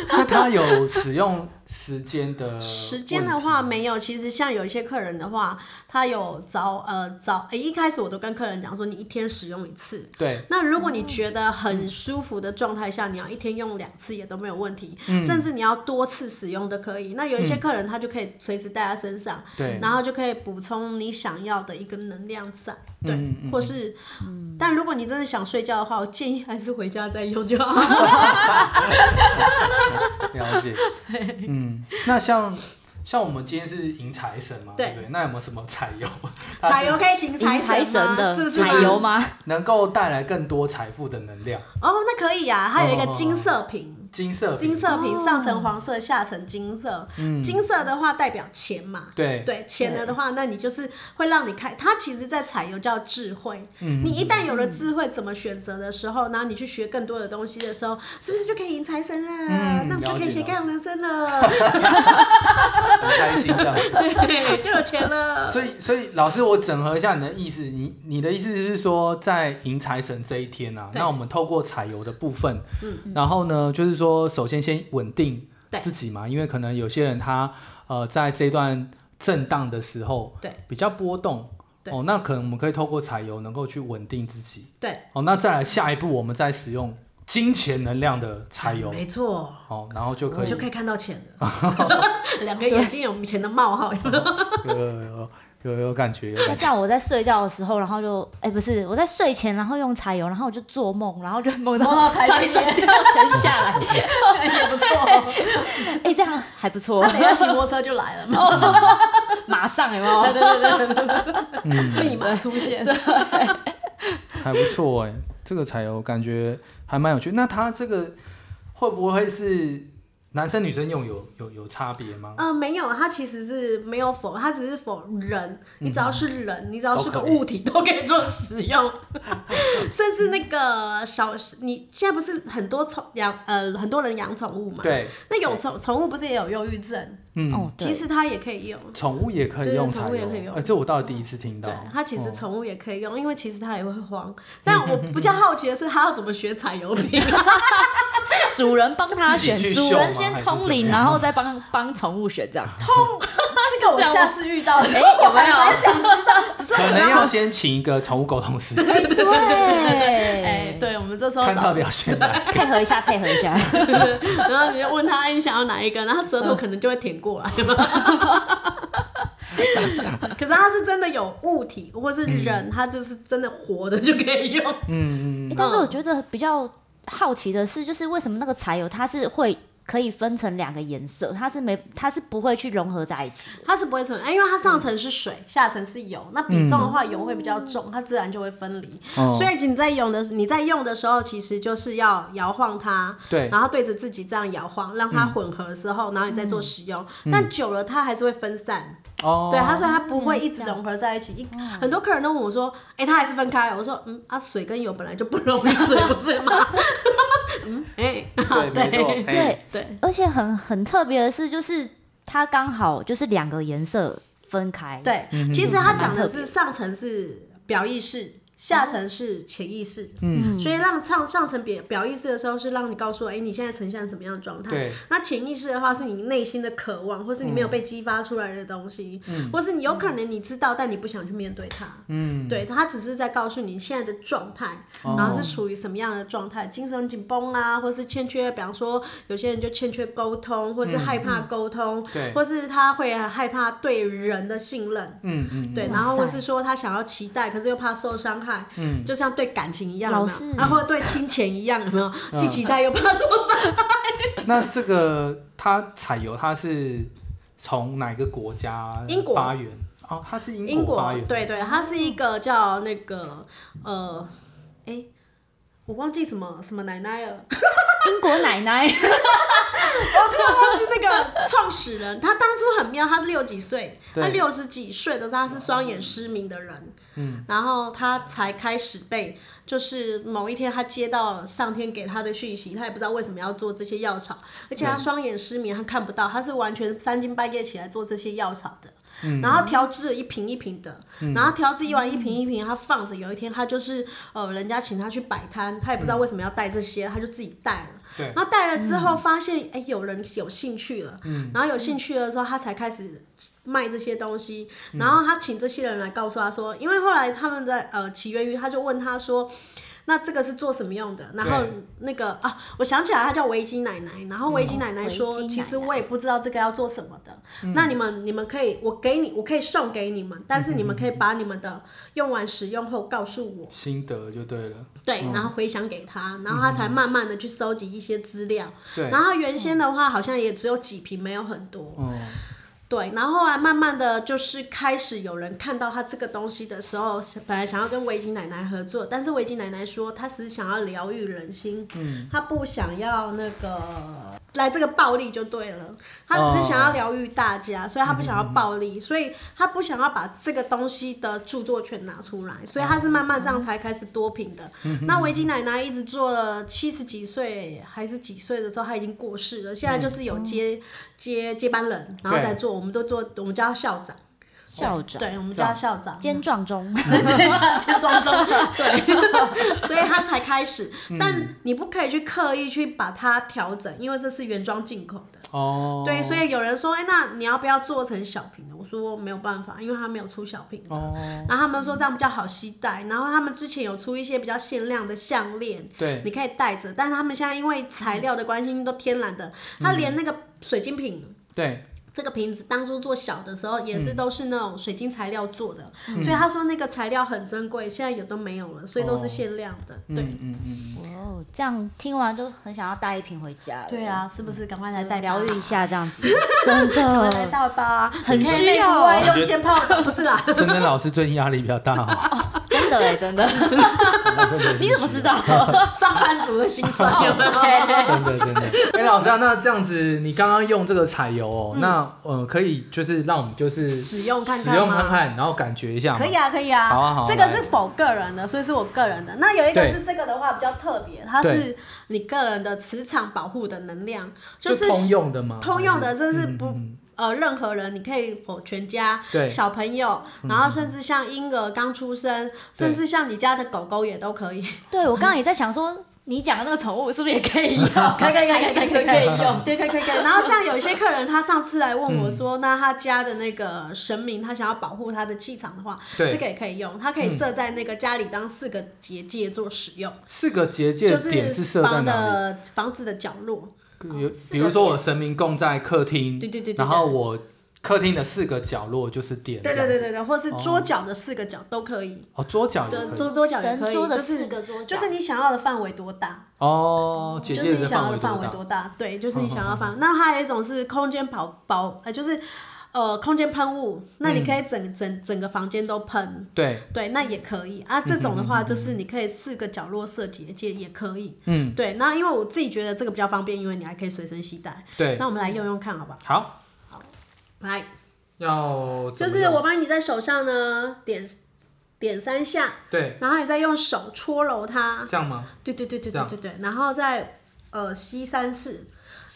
Speaker 1: 那它有使用时间
Speaker 2: *laughs*
Speaker 1: 的
Speaker 2: 时间
Speaker 1: 呃问
Speaker 2: 的
Speaker 1: 题吗，
Speaker 2: 话没有，其实像有一些客人的话，他有找呃找、诶一开始我都跟客人讲说，你一天使用一次。
Speaker 1: 对，
Speaker 2: 那如果你觉得很舒服的状态下，你要一天用两次也都没有问题，
Speaker 1: 嗯
Speaker 2: 甚至你要多次使用都可以。那有一些客人他就可以随时带在身上，
Speaker 1: 对
Speaker 2: 然后就可以补充你想要的一个能量在，对，
Speaker 1: 嗯嗯
Speaker 2: 或是，但如果你真的想睡觉的话，我建议还是回家再用就好。
Speaker 1: *laughs* 了解。嗯，那像像我们今天是迎财神嘛，
Speaker 2: 对
Speaker 1: 对不对？那有没有 *laughs* 什么财油？
Speaker 2: 彩油可以请
Speaker 3: 迎财
Speaker 2: 神吗
Speaker 3: 神的
Speaker 2: 是不是
Speaker 3: 彩
Speaker 2: 嘛 *laughs*
Speaker 3: 油吗？
Speaker 1: 能够带来更多财富的能量，
Speaker 2: 哦，那可以呀、啊，它有一
Speaker 1: 哦
Speaker 2: 个金色瓶，
Speaker 1: 金色
Speaker 2: 金
Speaker 1: 瓶
Speaker 2: 色哦瓶上层黄色，下层金色。金色的话代表钱嘛。
Speaker 1: 对
Speaker 2: 对钱了的话，那你就是会让你开，它其实，在彩油叫智慧。
Speaker 1: 嗯
Speaker 2: 你一旦有了智慧，怎么选择的时候，然后你去学更多的东西的时候，是不是就可以迎财神啦？
Speaker 1: 嗯
Speaker 2: 那我们就可
Speaker 1: 了
Speaker 2: 以
Speaker 1: 解
Speaker 2: 斜
Speaker 1: 了
Speaker 2: 杠人生了， *laughs*
Speaker 1: 很开心这样。
Speaker 2: 对，就有钱了。
Speaker 1: 所以，所以老师，我整合一下你的意思，你你的意思是说，在迎财神这一天啊，
Speaker 2: 对嗯
Speaker 1: 那我们透过采油的部分，然后呢，就是说，首先先稳定
Speaker 2: 对
Speaker 1: 自己嘛，因为可能有些人他呃，在这段震荡的时候，
Speaker 2: 对，
Speaker 1: 比较波动，
Speaker 2: 对
Speaker 1: 哦，那可能我们可以透过采油能够去稳定自己，
Speaker 2: 对，
Speaker 1: 哦，那再来下一步，我们再使用金钱能量的采油，
Speaker 2: 没错，
Speaker 1: 哦，然后就可
Speaker 2: 你
Speaker 1: 以
Speaker 2: 就可以看到钱了。 *laughs* 两个眼睛有钱的冒 *laughs* 号，
Speaker 1: 有有有有有感觉，有
Speaker 3: 那
Speaker 1: 感觉，
Speaker 3: 像我在睡觉的时候，然后就哎、不是我在睡前，然后用柴油，然后我就做梦，然后就梦
Speaker 2: 梦到
Speaker 3: 到
Speaker 2: 柴
Speaker 3: 财
Speaker 2: 神
Speaker 3: 神掉钱下来，
Speaker 2: *laughs* 也不错。 *laughs*
Speaker 3: 哎、这样还不错
Speaker 2: 他，等一下骑摩托车就来了 *laughs* 嘛。
Speaker 3: 马上有没有？
Speaker 2: 立马出现。
Speaker 1: 还不错哎，这个柴油感觉还蛮有趣。那它这个会不会是男生女生用有有有差别吗？
Speaker 2: 呃，没有，它其实是没有否，它只是否人。你只要是人，你只要是
Speaker 1: 嗯都
Speaker 2: 个
Speaker 1: 可以
Speaker 2: 物体，都可以做使用。 *laughs* 甚至那个小，你现在不是很多宠养呃很多人养宠物嘛？。
Speaker 1: 对，
Speaker 2: 那有宠宠物不是也有忧郁症？
Speaker 1: 嗯
Speaker 3: 哦，，
Speaker 2: 其
Speaker 3: 对，
Speaker 2: 实它也可以用。
Speaker 1: 宠物也可以用柴
Speaker 2: 对宠物也可以
Speaker 1: 油，
Speaker 2: 用
Speaker 1: 哎，这我倒是第一次听到
Speaker 2: 对。，它其实
Speaker 1: 哦
Speaker 2: 宠物也可以用，因为其实它也会慌。但我比较好奇的是，它要怎么学采油瓶？啊
Speaker 3: 主人帮他
Speaker 1: 自己
Speaker 3: 选
Speaker 1: 去，
Speaker 3: 主
Speaker 1: 秀吗
Speaker 3: 人先
Speaker 1: 还是
Speaker 3: 通
Speaker 1: 怎
Speaker 3: 灵，
Speaker 1: 么样
Speaker 2: *laughs*
Speaker 3: 然后再帮帮宠物选这样。
Speaker 2: 通 *laughs* 这个我
Speaker 3: 这样
Speaker 2: 下
Speaker 3: 吗
Speaker 2: 次遇到的时候，
Speaker 3: 哎有
Speaker 2: 我还
Speaker 3: 没有
Speaker 2: 蛮想知道， *laughs* 只是
Speaker 1: 可
Speaker 2: 我
Speaker 1: 能
Speaker 2: 刚好
Speaker 1: 要先请一个宠物沟通
Speaker 2: *laughs*
Speaker 1: 师，
Speaker 3: 对
Speaker 2: 哎，，对，我们这时候
Speaker 1: 看
Speaker 2: 找
Speaker 1: 到底要选哪。
Speaker 3: 配合一下，配合
Speaker 2: *laughs*
Speaker 3: 一下。
Speaker 2: 然后你就问他哎你想要哪一个，然后他舌头可能就会舔过
Speaker 1: *laughs*
Speaker 2: 来。可是他是真的有物体或是人，他就是真的活的就可以用。
Speaker 1: 嗯，
Speaker 3: 欸 *laughs* 但是我觉得比较好奇的是，就是为什么那个柴油它是会可以分成两个颜色，它是没它是不会去融合在一起的。
Speaker 2: 它是不会成，哎，因为它上层是水，
Speaker 1: 嗯
Speaker 2: 下层是油，那比重的话油会比较重，它自然就会分离。
Speaker 1: 哦
Speaker 2: 所以你在用的你在用的时候，其实就是要摇晃它，
Speaker 1: 对嗯
Speaker 2: 然后对着自己这样摇晃，让它混合之后，然后你再做使用。但久了它还是会分散，
Speaker 1: 哦，
Speaker 2: 对，他说他不会一直融合在一起。一很多客人都问我说：“哎、它还是分开哦。”我说：“嗯啊，水跟油本来就不 *laughs* 溶于水，不是吗？”嗯，哎、 *laughs*
Speaker 1: 对，没错，哎
Speaker 2: 对
Speaker 1: 嘿
Speaker 3: 对，
Speaker 2: 对
Speaker 3: 而且很很特别的是，就是它刚好就是两个颜色分开。，
Speaker 2: 对，其实他讲的
Speaker 3: 蛮特别
Speaker 2: 是上层是表意识。下层是潜意识，
Speaker 1: 嗯
Speaker 2: 所以让上上层表表意识的时候，是让你告诉我，哎、你现在呈现什么样的状态
Speaker 1: 对？
Speaker 2: 那潜意识的话，是你内心的渴望，或是你没有被激发出来的东西，
Speaker 1: 嗯
Speaker 2: 或是你有可能你知道，但你不想去面对它，嗯，对，它只是在告诉你现在的状态，
Speaker 1: 哦
Speaker 2: 然后是处于什么样的状态，精神紧绷啊，或是欠缺，比方说有些人就欠缺沟通，或是害怕沟通，
Speaker 1: 嗯对
Speaker 2: 或是他会很害怕对人的信任，
Speaker 1: 嗯嗯，
Speaker 2: 对，
Speaker 3: 哇
Speaker 2: 然后或
Speaker 3: 塞
Speaker 2: 是说他想要期待，可是又怕受伤害，嗯，就像对感情一样，有
Speaker 3: 老嗯
Speaker 2: 没
Speaker 3: 是
Speaker 2: 有？然后对金钱一样，有没有？既期待又怕受
Speaker 3: *laughs*
Speaker 2: 伤。
Speaker 1: 那这个它采油，它是从哪个国家
Speaker 2: 英国
Speaker 1: 发源？哦，它是
Speaker 2: 英
Speaker 1: 国发
Speaker 2: 国
Speaker 1: 源，，
Speaker 2: 对对，它是一个叫那个呃，哎，我忘记什么什么奶奶了，
Speaker 3: 英国奶奶 *laughs*
Speaker 2: 我突然忘记那个创始人，他当初很妙，他是六几岁，
Speaker 1: 对
Speaker 2: 他六十几岁的时候他是双眼失明的人，嗯，然后他才开始被。就是某一天，他接到上天给他的讯息，他也不知道为什么要做这些药草，而且他双眼失明，他看不到，他是完全三更半夜起来做这些药草的，然后调制一瓶一瓶的，然后调制一碗一瓶一瓶，他放着。有一天，他就是呃，人家请他去摆摊，他也不知道为什么要带这些，他就自己带了。
Speaker 1: 对
Speaker 2: 然后带了之后发现，哎、有人有兴趣了，
Speaker 1: 嗯
Speaker 2: 然后有兴趣了之后，他才开始卖这些东西。然后他请这些人来告诉他说，因为后来他们在呃起源于，他就问他说。那这个是做什么用的？然后
Speaker 1: 对
Speaker 2: 那个啊，我想起来，他叫维基奶奶。然后维基奶奶嗯
Speaker 3: 维基
Speaker 2: 说，
Speaker 3: 奶奶
Speaker 2: 其实我也不知道这个要做什么的。那你们你们可以，我给你，我可以送给你们，但是你们可以把你们的用完使用后告诉我。嗯
Speaker 1: 心得就对了，
Speaker 2: 对，然后回想给他，然后他才慢慢的去收集一些资料。
Speaker 1: 对，
Speaker 2: 然后原先的话好像也只有几瓶，没有很多。
Speaker 1: 嗯，
Speaker 2: 对，然后后来慢慢的就是开始有人看到他这个东西的时候，本来想要跟维京奶奶合作，但是维京奶奶说她只是想要疗愈人心，嗯，她不想要那个来这个暴力就对了，她只是想要疗愈大家，所以她不想要暴力，所以她不想要把这个东西的著作权拿出来，所以她是慢慢这样才开始多品的。那维京奶奶一直做了七十几岁还是几岁的时候，她已经过世了，现在就是有接。接接班人，然后
Speaker 1: 对
Speaker 2: 再做，我们都做，我们叫他校长，
Speaker 3: 校长
Speaker 2: 对，我嗯们叫他校长， *laughs*
Speaker 3: 兼撞中，
Speaker 2: 兼庄中，对， *laughs* 所以他才开始。
Speaker 1: 嗯
Speaker 2: 但你不可以去刻意去把它调整，因为这是原装进口的。
Speaker 1: 哦，
Speaker 2: 对，所以有人说，哎、那你要不要做成小瓶的？我说没有办法，因为他没有出小瓶的。
Speaker 1: 哦，
Speaker 2: 然后他们说这样比较好携带，然后他们之前有出一些比较限量的项链，
Speaker 1: 对，
Speaker 2: 你可以带着，但是他们现在因为材料的关系都天然的，
Speaker 1: 嗯
Speaker 2: 他连那个水晶瓶
Speaker 1: 对，
Speaker 2: 这个瓶子当初做小的时候也
Speaker 1: 嗯
Speaker 2: 是都是那种水晶材料做的，所以他说那个材料很珍贵，现在也都没有了，所以都是限量的。对、
Speaker 1: 哦嗯嗯嗯， *laughs*
Speaker 3: 哇哦，这样听完都很想要带一瓶回家了。
Speaker 2: 对，啊，是不是？赶快来带
Speaker 3: 嗯
Speaker 2: 啊
Speaker 3: 疗愈一
Speaker 2: 下，
Speaker 3: 下这样子，真
Speaker 2: 赶 *laughs* 快来
Speaker 3: 的。
Speaker 2: 带吧，
Speaker 3: 很需要
Speaker 2: 我用先泡澡，不是
Speaker 1: *laughs*
Speaker 2: 啦。
Speaker 1: 真真老师最近压力比较大
Speaker 2: *laughs*
Speaker 1: 哦，
Speaker 3: 真的哎、真的，你怎么知道？
Speaker 2: 上班族的心
Speaker 1: *laughs*
Speaker 2: 酸有没有？
Speaker 1: 真的真的。哎、老师啊，那这样子，你刚刚用这个彩油哦，那呃，可以就是让我们就是
Speaker 2: 嗯使用看看吗
Speaker 1: 使用看看，然后感觉一下嘛，
Speaker 2: 可以啊，可以啊，
Speaker 1: 好啊好啊
Speaker 2: 这个
Speaker 1: 来
Speaker 2: 是否个人的，所以是我个人的。那有一个
Speaker 1: 对
Speaker 2: 是这个的话比较特别，它
Speaker 1: 对
Speaker 2: 是你个人的磁场保护的能量，
Speaker 1: 就是通用的吗？
Speaker 2: 通用的，这是不、
Speaker 1: 嗯
Speaker 2: 呃任何人，你可以否全家
Speaker 1: 对嗯
Speaker 2: 小朋友，然后甚至像婴儿刚出生，甚至像你家的狗狗也都可以。 *laughs*
Speaker 3: 对我刚刚也在想说，你讲的那个宠物是不是也可以用？
Speaker 2: 可以可以可以可以
Speaker 3: 真的可以用。
Speaker 2: 对，可以可以可以。然后像有一些客人，他上次来问我
Speaker 1: 嗯
Speaker 2: 说，那他家的那个神明，他想要保护他的气场的话，
Speaker 1: 对
Speaker 2: 这个也可以用，他可以设在那个家里当四个结界做使用，
Speaker 1: 四个结界
Speaker 2: 就
Speaker 1: 点是设在
Speaker 2: 房
Speaker 1: 哪里？
Speaker 2: 的房子的角落，
Speaker 1: 比如
Speaker 3: 四个
Speaker 1: 比如说我神明供在客厅，
Speaker 2: 对对对对对
Speaker 1: 然后我客厅的四个角落就是点，
Speaker 2: 对
Speaker 1: 这
Speaker 2: 对
Speaker 1: 样
Speaker 2: 对
Speaker 1: 子
Speaker 2: 对对，或是桌角的四个角都可以，
Speaker 1: 哦，桌角也
Speaker 2: 对
Speaker 1: 哦可以
Speaker 2: 桌桌角也
Speaker 3: 神
Speaker 2: 可以，
Speaker 3: 桌的
Speaker 2: 就
Speaker 3: 四
Speaker 2: 是
Speaker 3: 个桌角
Speaker 2: 就是你想要的范围多大，
Speaker 1: 哦，结
Speaker 2: 就
Speaker 1: 界
Speaker 2: 是你想要的
Speaker 1: 范
Speaker 2: 范
Speaker 1: 围
Speaker 2: 围
Speaker 1: 多
Speaker 2: 多大？对，就是你
Speaker 1: 嗯
Speaker 2: 想要的范。那还有一种是空间保保，呃，就是呃空间喷雾，那你可以整、整整个房间都
Speaker 1: 大
Speaker 2: 喷。
Speaker 1: 对，
Speaker 2: 对，那也可以啊。这种的话，就是你可以四个角落设结界也可以。
Speaker 1: 嗯，
Speaker 2: 对，那因为我自己觉得这个比较方便，因为你还可以随身携带。
Speaker 1: 对，
Speaker 2: 那我们来用用看，好不好？
Speaker 1: 好，
Speaker 2: 来，
Speaker 1: 要
Speaker 2: 就
Speaker 1: 怎么
Speaker 2: 是
Speaker 1: 用
Speaker 2: 我把你在手上呢点点三下，
Speaker 1: 对
Speaker 2: 然后你再用手搓揉它。
Speaker 1: 这样吗？
Speaker 2: 对对对对
Speaker 1: 这
Speaker 2: 对
Speaker 1: 样
Speaker 2: 对对，然后再呃吸三次，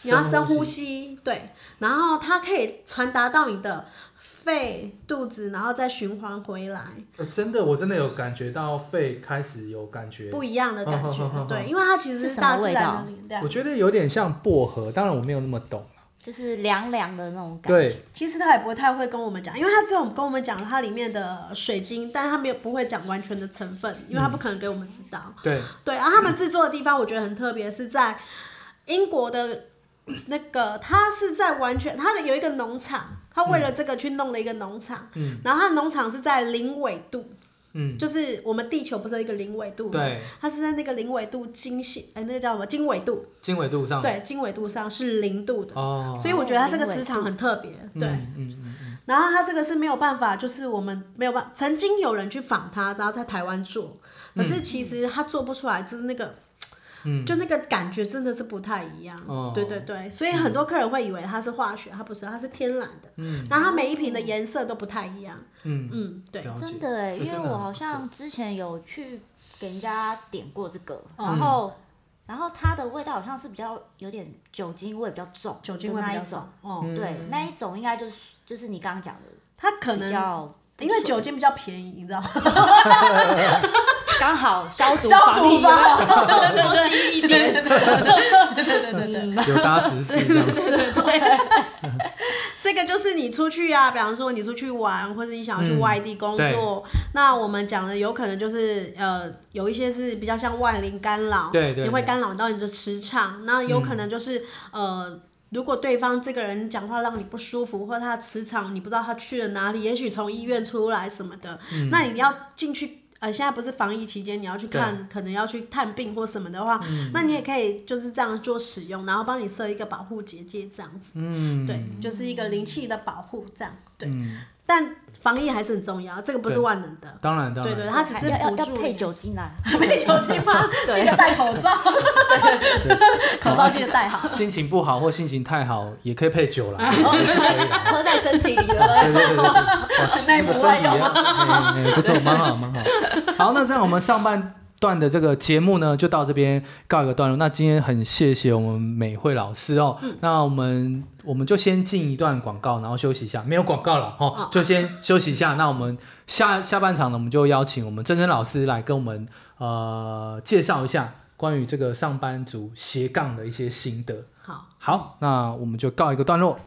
Speaker 2: 你要深呼吸，对，然后它可以传达到你的肺、肚子，然后再循环回来，
Speaker 1: 呃，真的，我真的有感觉到肺开始有感觉，
Speaker 2: 不一样的感
Speaker 1: 哦哦哦
Speaker 2: 觉
Speaker 1: 哦，
Speaker 2: 对，因为它其实是
Speaker 3: 是什么
Speaker 2: 大自
Speaker 3: 味道
Speaker 2: 然的力量
Speaker 1: 我，觉得有点像薄荷，当然我没有那么懂。啊
Speaker 3: 就是凉凉的那种感觉。
Speaker 1: 对，
Speaker 2: 其实它也不太会跟我们讲，因为它只有跟我们讲它里面的水晶，但它没有不会讲完全的成分，因为它不可能给我们知道。
Speaker 1: 对，
Speaker 2: 对，然后他们制作的地方我觉得很特别，是在英国的那个，它是在完全它的有一个农场，它为了这个去弄了一个农场，嗯，然后它的农场是在零纬度，
Speaker 1: 嗯，
Speaker 2: 就是我们地球不是有一个零纬度吗？
Speaker 1: 对，
Speaker 2: 它是在那个零纬度经线，哎、那个叫什么经纬度？
Speaker 1: 经纬度上，
Speaker 2: 对，经纬度上是零度的，
Speaker 1: 哦，
Speaker 2: 所以我觉得它这个
Speaker 3: 零纬
Speaker 2: 磁场很特别，对。
Speaker 1: 嗯嗯嗯，
Speaker 2: 然后他这个是没有办法，就是我们没有办曾经有人去访他，然后在台湾做，可是其实他做不出来，就是那个，就那个感觉真的是不太一样。
Speaker 1: 哦
Speaker 2: 对对对，所以很多客人会以为它是化学，它不是，它是天然的。嗯，然后它每一瓶的颜色都不太一样。嗯嗯，对。
Speaker 1: 了解
Speaker 3: 真的哎，
Speaker 1: 这
Speaker 3: 因为
Speaker 1: 真的
Speaker 3: 我
Speaker 1: 很
Speaker 3: 好
Speaker 1: 不错
Speaker 3: 像之前有去给人家点过这个，然后、然后它的味道好像是比较有点酒精味比较重，
Speaker 2: 酒精味比
Speaker 3: 那
Speaker 2: 较
Speaker 3: 一种
Speaker 2: 重。哦，
Speaker 3: 对，那一种应该就是就是你刚刚讲的，
Speaker 2: 它可
Speaker 3: 比
Speaker 2: 能
Speaker 3: 较
Speaker 2: 因为酒精比较便宜，你知道吗？
Speaker 3: 刚好消毒
Speaker 2: 消毒
Speaker 3: 防疫
Speaker 2: 吧
Speaker 3: 用，对对对，一点，
Speaker 2: 对对对对，
Speaker 1: 有搭十四这样，
Speaker 2: *laughs* 这个就是你出去啊，比方说你出去玩，或者你想要去外地工作，
Speaker 1: 嗯
Speaker 2: 那我们讲的有可能就是呃，有一些是比较像外灵干扰，
Speaker 1: 对对嗯
Speaker 2: 你会
Speaker 1: 对
Speaker 2: 干扰到你的磁场，那有可能就是、呃。如果对方这个人讲话让你不舒服，或者他磁场你不知道他去了哪里，也许从医院出来什么的，
Speaker 1: 嗯
Speaker 2: 那你要进去。呃，现在不是防疫期间，你要去看，可能要去探病或什么的话，
Speaker 1: 嗯
Speaker 2: 那你也可以就是这样做使用，然后帮你设一个保护结界这样子。对，
Speaker 1: 嗯
Speaker 2: 就是一个灵气的保护，这样对。但防疫还是很重要，这个不是
Speaker 1: 对嗯
Speaker 2: 万能的。
Speaker 1: 当然当
Speaker 2: 对
Speaker 1: 然，
Speaker 2: 对，它 *laughs* 只是
Speaker 3: 要要
Speaker 2: 辅
Speaker 3: 要
Speaker 2: 助
Speaker 3: 配
Speaker 2: 你。
Speaker 3: 酒精啦，
Speaker 2: 配酒精
Speaker 3: *laughs*
Speaker 2: 吗？记得戴口罩，口罩记得戴好。
Speaker 1: 心情不好或心情太好也可以配酒啦，
Speaker 3: 喝啊在身体
Speaker 1: *laughs*
Speaker 3: 里了。
Speaker 1: 对对对对对，好，那个身体也哎哎不错，蛮好蛮好。好，那这样我们上半段的这个节目呢，就到这边告一个段落。那今天很谢谢我们美惠老师哦。那我们我们就先进一段广告，然后休息一下，没有广告了哦，就先休息一下。那我们下下半场呢，我们就邀请我们珍珍老师来跟我们呃介绍一下关于这个上班族斜杠的一些心得。
Speaker 2: 好，
Speaker 1: 好，那我们就告一个段落。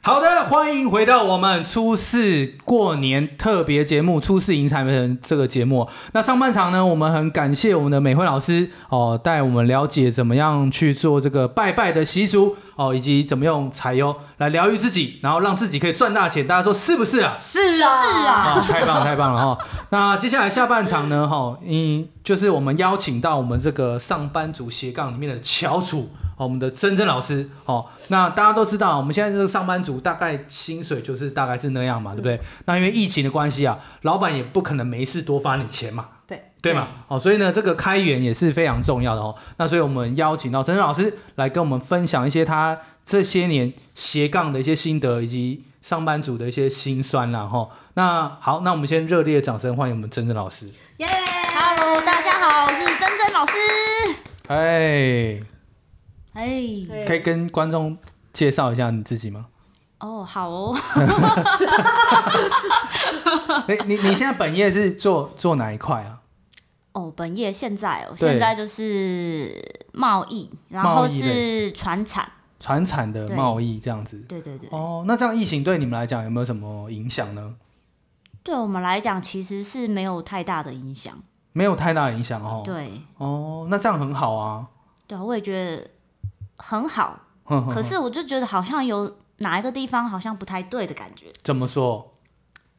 Speaker 1: 好的，欢迎回到我们初四过年特别节目《初四迎财神》这个节目。那上半场呢，我们很感谢我们的美惠老师哦，带我们了解怎么样去做这个拜拜的习俗哦，以及怎么用财油来疗愈自己，然后让自己可以赚大钱。大家说是不是啊？
Speaker 2: 是啊，是啊，
Speaker 1: 啊，太棒了，太棒了哈！那接下来下半场呢，哈，嗯，就是我们邀请到我们这个上班族斜杠里面的翘楚，哦我们的珍珍老师，哦，那大家都知道，我们现在这个上班族大概薪水就是大概是那样嘛，对不对？那因为疫情的关系啊，老板也不可能没事多发你钱嘛，
Speaker 2: 对，
Speaker 1: 对嘛？哦，所以呢，这个开源也是非常重要的哦。那所以我们邀请到陈老师来跟我们分享一些他这些年斜杠的一些心得，以及上班族的一些辛酸啦。哈、那好，那我们先热烈掌声欢迎我们珍珍老师。
Speaker 2: 耶
Speaker 3: Hello，大家好，我是珍珍老师。
Speaker 1: 哎，
Speaker 3: 哎， *laughs*
Speaker 1: 可以跟观众介绍一下你自己吗？
Speaker 3: 哦，好哦，
Speaker 1: 哎，你你现在本业是做做哪一块啊？
Speaker 3: 哦，本业现在哦，
Speaker 1: 对
Speaker 3: 现在就是贸易，然
Speaker 1: 贸
Speaker 3: 后
Speaker 1: 易类
Speaker 3: 是船产，
Speaker 1: 船产的
Speaker 3: 对
Speaker 1: 贸易这样子。
Speaker 3: 对对对，
Speaker 1: 哦，那这样疫情对你们来讲有没有什么影响呢？
Speaker 3: 对我们来讲其实是没有太大的影响，
Speaker 1: 没有太大影响哦。
Speaker 3: 对
Speaker 1: 哦，那这样很好啊。
Speaker 3: 对啊，我也觉得很好，
Speaker 1: 哼嗯哼
Speaker 3: 可是我就觉得好像有哪一个地方好像不太对的感觉，
Speaker 1: 怎么说？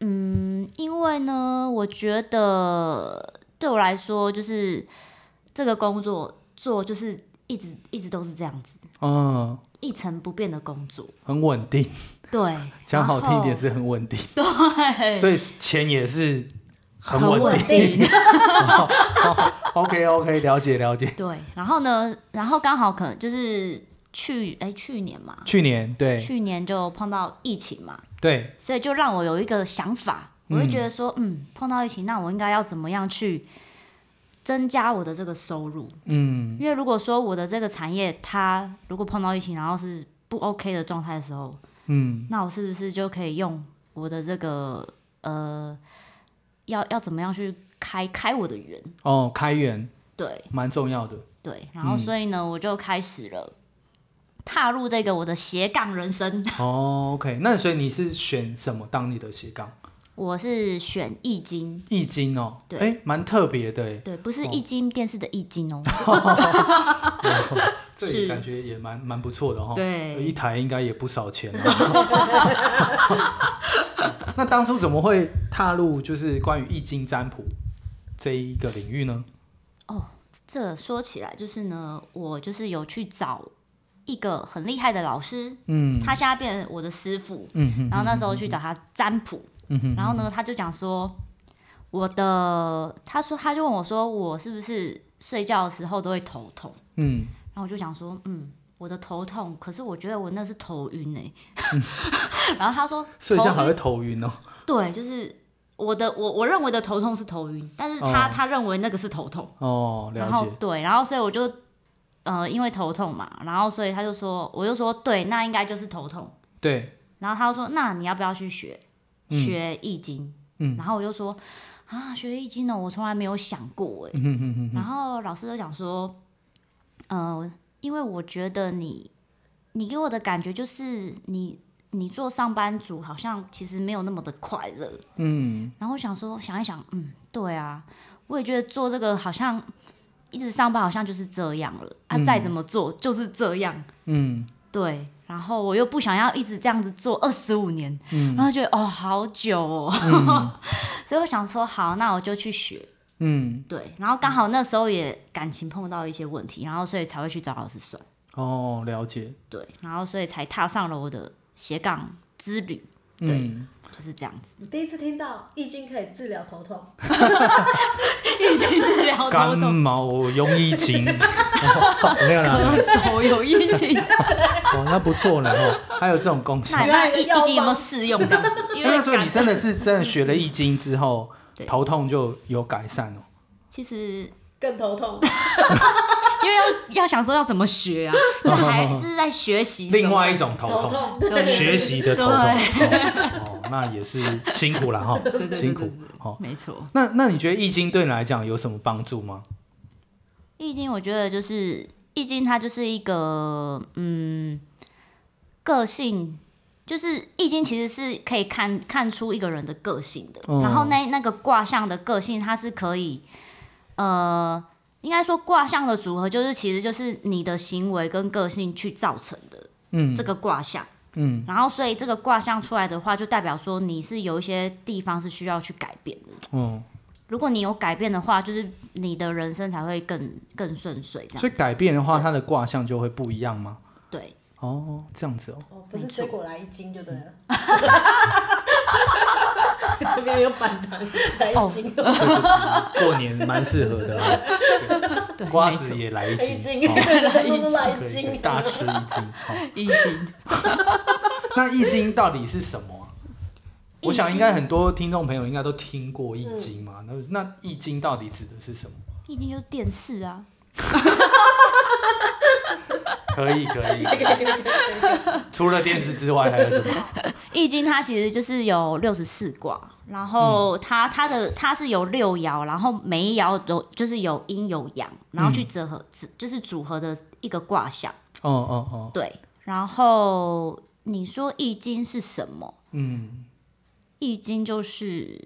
Speaker 3: 嗯，因为呢，我觉得对我来说就是这个工作做就是一直一直都是这样子
Speaker 1: 嗯，
Speaker 3: 一成不变的工作，
Speaker 1: 很稳定，
Speaker 3: 对，
Speaker 1: 讲好听一点
Speaker 3: 然后
Speaker 1: 是很稳定，
Speaker 3: 对，
Speaker 1: 所以钱也是很
Speaker 3: 很
Speaker 1: 稳
Speaker 3: 稳
Speaker 1: 定。OK OK，了解了解。
Speaker 3: 对，然后呢，然后刚好可能就是去哎去年嘛，
Speaker 1: 去年对
Speaker 3: 去年就碰到疫情嘛，
Speaker 1: 对，
Speaker 3: 所以就让我有一个想法，我会觉得说，嗯，碰到疫情，那我应该要怎么样去增加我的这个收入？
Speaker 1: 嗯，
Speaker 3: 因为如果说我的这个产业它如果碰到疫情，然后是不 OK 的状态的时候，
Speaker 1: 嗯，
Speaker 3: 那我是不是就可以用我的这个呃，要要怎么样去开开我的源？
Speaker 1: 哦，开源
Speaker 3: 对，
Speaker 1: 蛮重要的。
Speaker 3: 对，然
Speaker 1: 嗯
Speaker 3: 后所以呢，我就开始了踏入这个我的斜杠人生。
Speaker 1: 哦，OK，那所以你是选什么当你的斜杠？
Speaker 3: 我是选易经，
Speaker 1: 易经哦，
Speaker 3: 对
Speaker 1: 哎，蛮特别的哎，
Speaker 3: 对，不是易经电视的易经哦。 *laughs*
Speaker 1: 这个
Speaker 3: 是
Speaker 1: 感觉也蛮蛮不错的哦。一
Speaker 3: 对，
Speaker 1: 台应该也不少钱、啊。 *laughs* 那当初怎么会踏入就是关于易经占卜这一个领域呢？
Speaker 3: 这说起来就是呢，我就是有去找一个很厉害的老师，
Speaker 1: 嗯
Speaker 3: 他现在变成我的师傅，
Speaker 1: 嗯哼
Speaker 3: 然后那时候去找他占卜，
Speaker 1: 嗯哼，
Speaker 3: 然后呢，他就讲说，我的，他说他就问我说，我是不是睡觉的时候都会头痛？
Speaker 1: 嗯，
Speaker 3: 然后我就想说，嗯，我的头痛，可是我觉得我那是头晕哎、 *laughs* 然后他说，
Speaker 1: *laughs* 睡
Speaker 3: 头
Speaker 1: 觉还
Speaker 3: 晕
Speaker 1: 会头晕哦。
Speaker 3: 对，就是我的我我认为的头痛是头晕，但是他、
Speaker 1: 哦
Speaker 3: 他认为那个是头痛，
Speaker 1: 哦，
Speaker 3: 然
Speaker 1: 了
Speaker 3: 后
Speaker 1: 解。
Speaker 3: 对，然后所以我就呃因为头痛嘛，然后所以他就说，我就说对，那应该就是头痛。
Speaker 1: 对，
Speaker 3: 然后他就说，那你要不要去学
Speaker 1: 嗯
Speaker 3: 学易经？
Speaker 1: 嗯
Speaker 3: 然后我就说啊，学易经呢，我从来没有想过哎、
Speaker 1: 嗯哼哼哼
Speaker 3: 然后老师就讲说，呃，因为我觉得你，你给我的感觉就是你，你做上班族好像其实没有那么的快乐。
Speaker 1: 嗯，
Speaker 3: 然后我想说，想一想，嗯，对啊，我也觉得做这个好像一直上班好像就是这样了啊，
Speaker 1: 嗯
Speaker 3: 再怎么做就是这样，
Speaker 1: 嗯，
Speaker 3: 对。然后我又不想要一直这样子做二十五年，
Speaker 1: 嗯
Speaker 3: 然后觉得哦好久哦， *laughs* 所以我想说好，那我就去学。
Speaker 1: 嗯，
Speaker 3: 对，然后刚好那时候也感情碰到一些问题，然后所以才会去找老师算，
Speaker 1: 哦，了解。
Speaker 3: 对，然后所以才踏上了我的斜杠之旅，对，
Speaker 1: 嗯，
Speaker 3: 就是这样子， *laughs*
Speaker 2: 你第一次听到易经可以治疗头痛，
Speaker 3: 已经治疗头
Speaker 1: 干
Speaker 3: 痛、
Speaker 1: 毛用易 *laughs* 经，没有啦，
Speaker 3: 咳嗽有疫情，
Speaker 1: 哦，那不错呢哦，还有这种功效。
Speaker 3: 那
Speaker 2: 原来
Speaker 3: 那
Speaker 2: 有
Speaker 3: 疫
Speaker 2: 药
Speaker 3: 疫情有没有
Speaker 2: 方
Speaker 3: 适用这样子？因为
Speaker 1: 那所以你
Speaker 3: 感
Speaker 1: 真的是
Speaker 3: *laughs*
Speaker 1: 真的学了易经之后，
Speaker 3: 对
Speaker 1: 头痛就有改善哦。
Speaker 3: 其实
Speaker 2: 更头痛。
Speaker 3: 因为要要想说要怎么学啊，就
Speaker 1: *laughs*
Speaker 3: 还是在学习
Speaker 1: 另外一
Speaker 3: 中
Speaker 1: 种头
Speaker 2: 头
Speaker 1: 痛。
Speaker 2: 痛，
Speaker 3: 对
Speaker 1: 学习的头痛，
Speaker 3: 对
Speaker 1: 哦，哦那也是辛苦
Speaker 3: *laughs*
Speaker 1: 了哈，辛苦。哦，
Speaker 3: 没错，
Speaker 1: 那那你觉得易经对你来讲有什么帮助吗？
Speaker 3: 易经我觉得就是易经，它就是一个嗯个性，就是易经其实是可以看看出一个人的个性的。
Speaker 1: 嗯
Speaker 3: 然后那那个卦象的个性，它是可以呃，应该说卦象的组合，就是其实就是你的行为跟个性去造成的
Speaker 1: 嗯
Speaker 3: 这个卦象。
Speaker 1: 嗯，
Speaker 3: 然后所以这个卦象出来的话，就代表说你是有一些地方是需要去改变的。
Speaker 1: 嗯，
Speaker 3: 如果你有改变的话，就是你的人生才会更更顺遂，这样
Speaker 1: 所以改变的话，它的卦象就会不一样吗？ *laughs*
Speaker 3: 对。
Speaker 1: 哦，这样
Speaker 3: *laughs*
Speaker 1: 子哦，
Speaker 2: 哦，不是水果来一斤就对了。这边有板糖来一
Speaker 3: 哦
Speaker 2: 斤，
Speaker 1: 这个是过年蛮适合的哦，
Speaker 3: *laughs* 对，
Speaker 1: 瓜
Speaker 3: 没
Speaker 1: 子
Speaker 3: 错
Speaker 1: 也来一
Speaker 2: 来一
Speaker 1: 斤，
Speaker 2: *laughs* 斤，
Speaker 1: 哦
Speaker 2: 来一斤，来
Speaker 1: 可以
Speaker 2: 一
Speaker 1: 可以
Speaker 2: 斤，
Speaker 1: 大吃一斤。
Speaker 3: *laughs*
Speaker 1: 哦
Speaker 3: 易经，
Speaker 1: 那易经到底是什么啊？
Speaker 3: 易经
Speaker 1: 我想应该很多听众朋友应该都听过易经嘛，那那易经到底指的是什么？
Speaker 3: 易经就是电视啊。
Speaker 1: 可以可
Speaker 3: *laughs*
Speaker 1: 以。除了电视之外还有什么？
Speaker 3: 易经它其实就是有六十四卦，然后
Speaker 1: 嗯
Speaker 3: 它它的它是有六爻，然后每一爻有就是有阴有阳，然后去
Speaker 1: 嗯
Speaker 3: 折合，只就是组合的一个卦象。
Speaker 1: 哦哦哦，
Speaker 3: 对，然后你说易经是什么？
Speaker 1: 嗯，
Speaker 3: 易经就是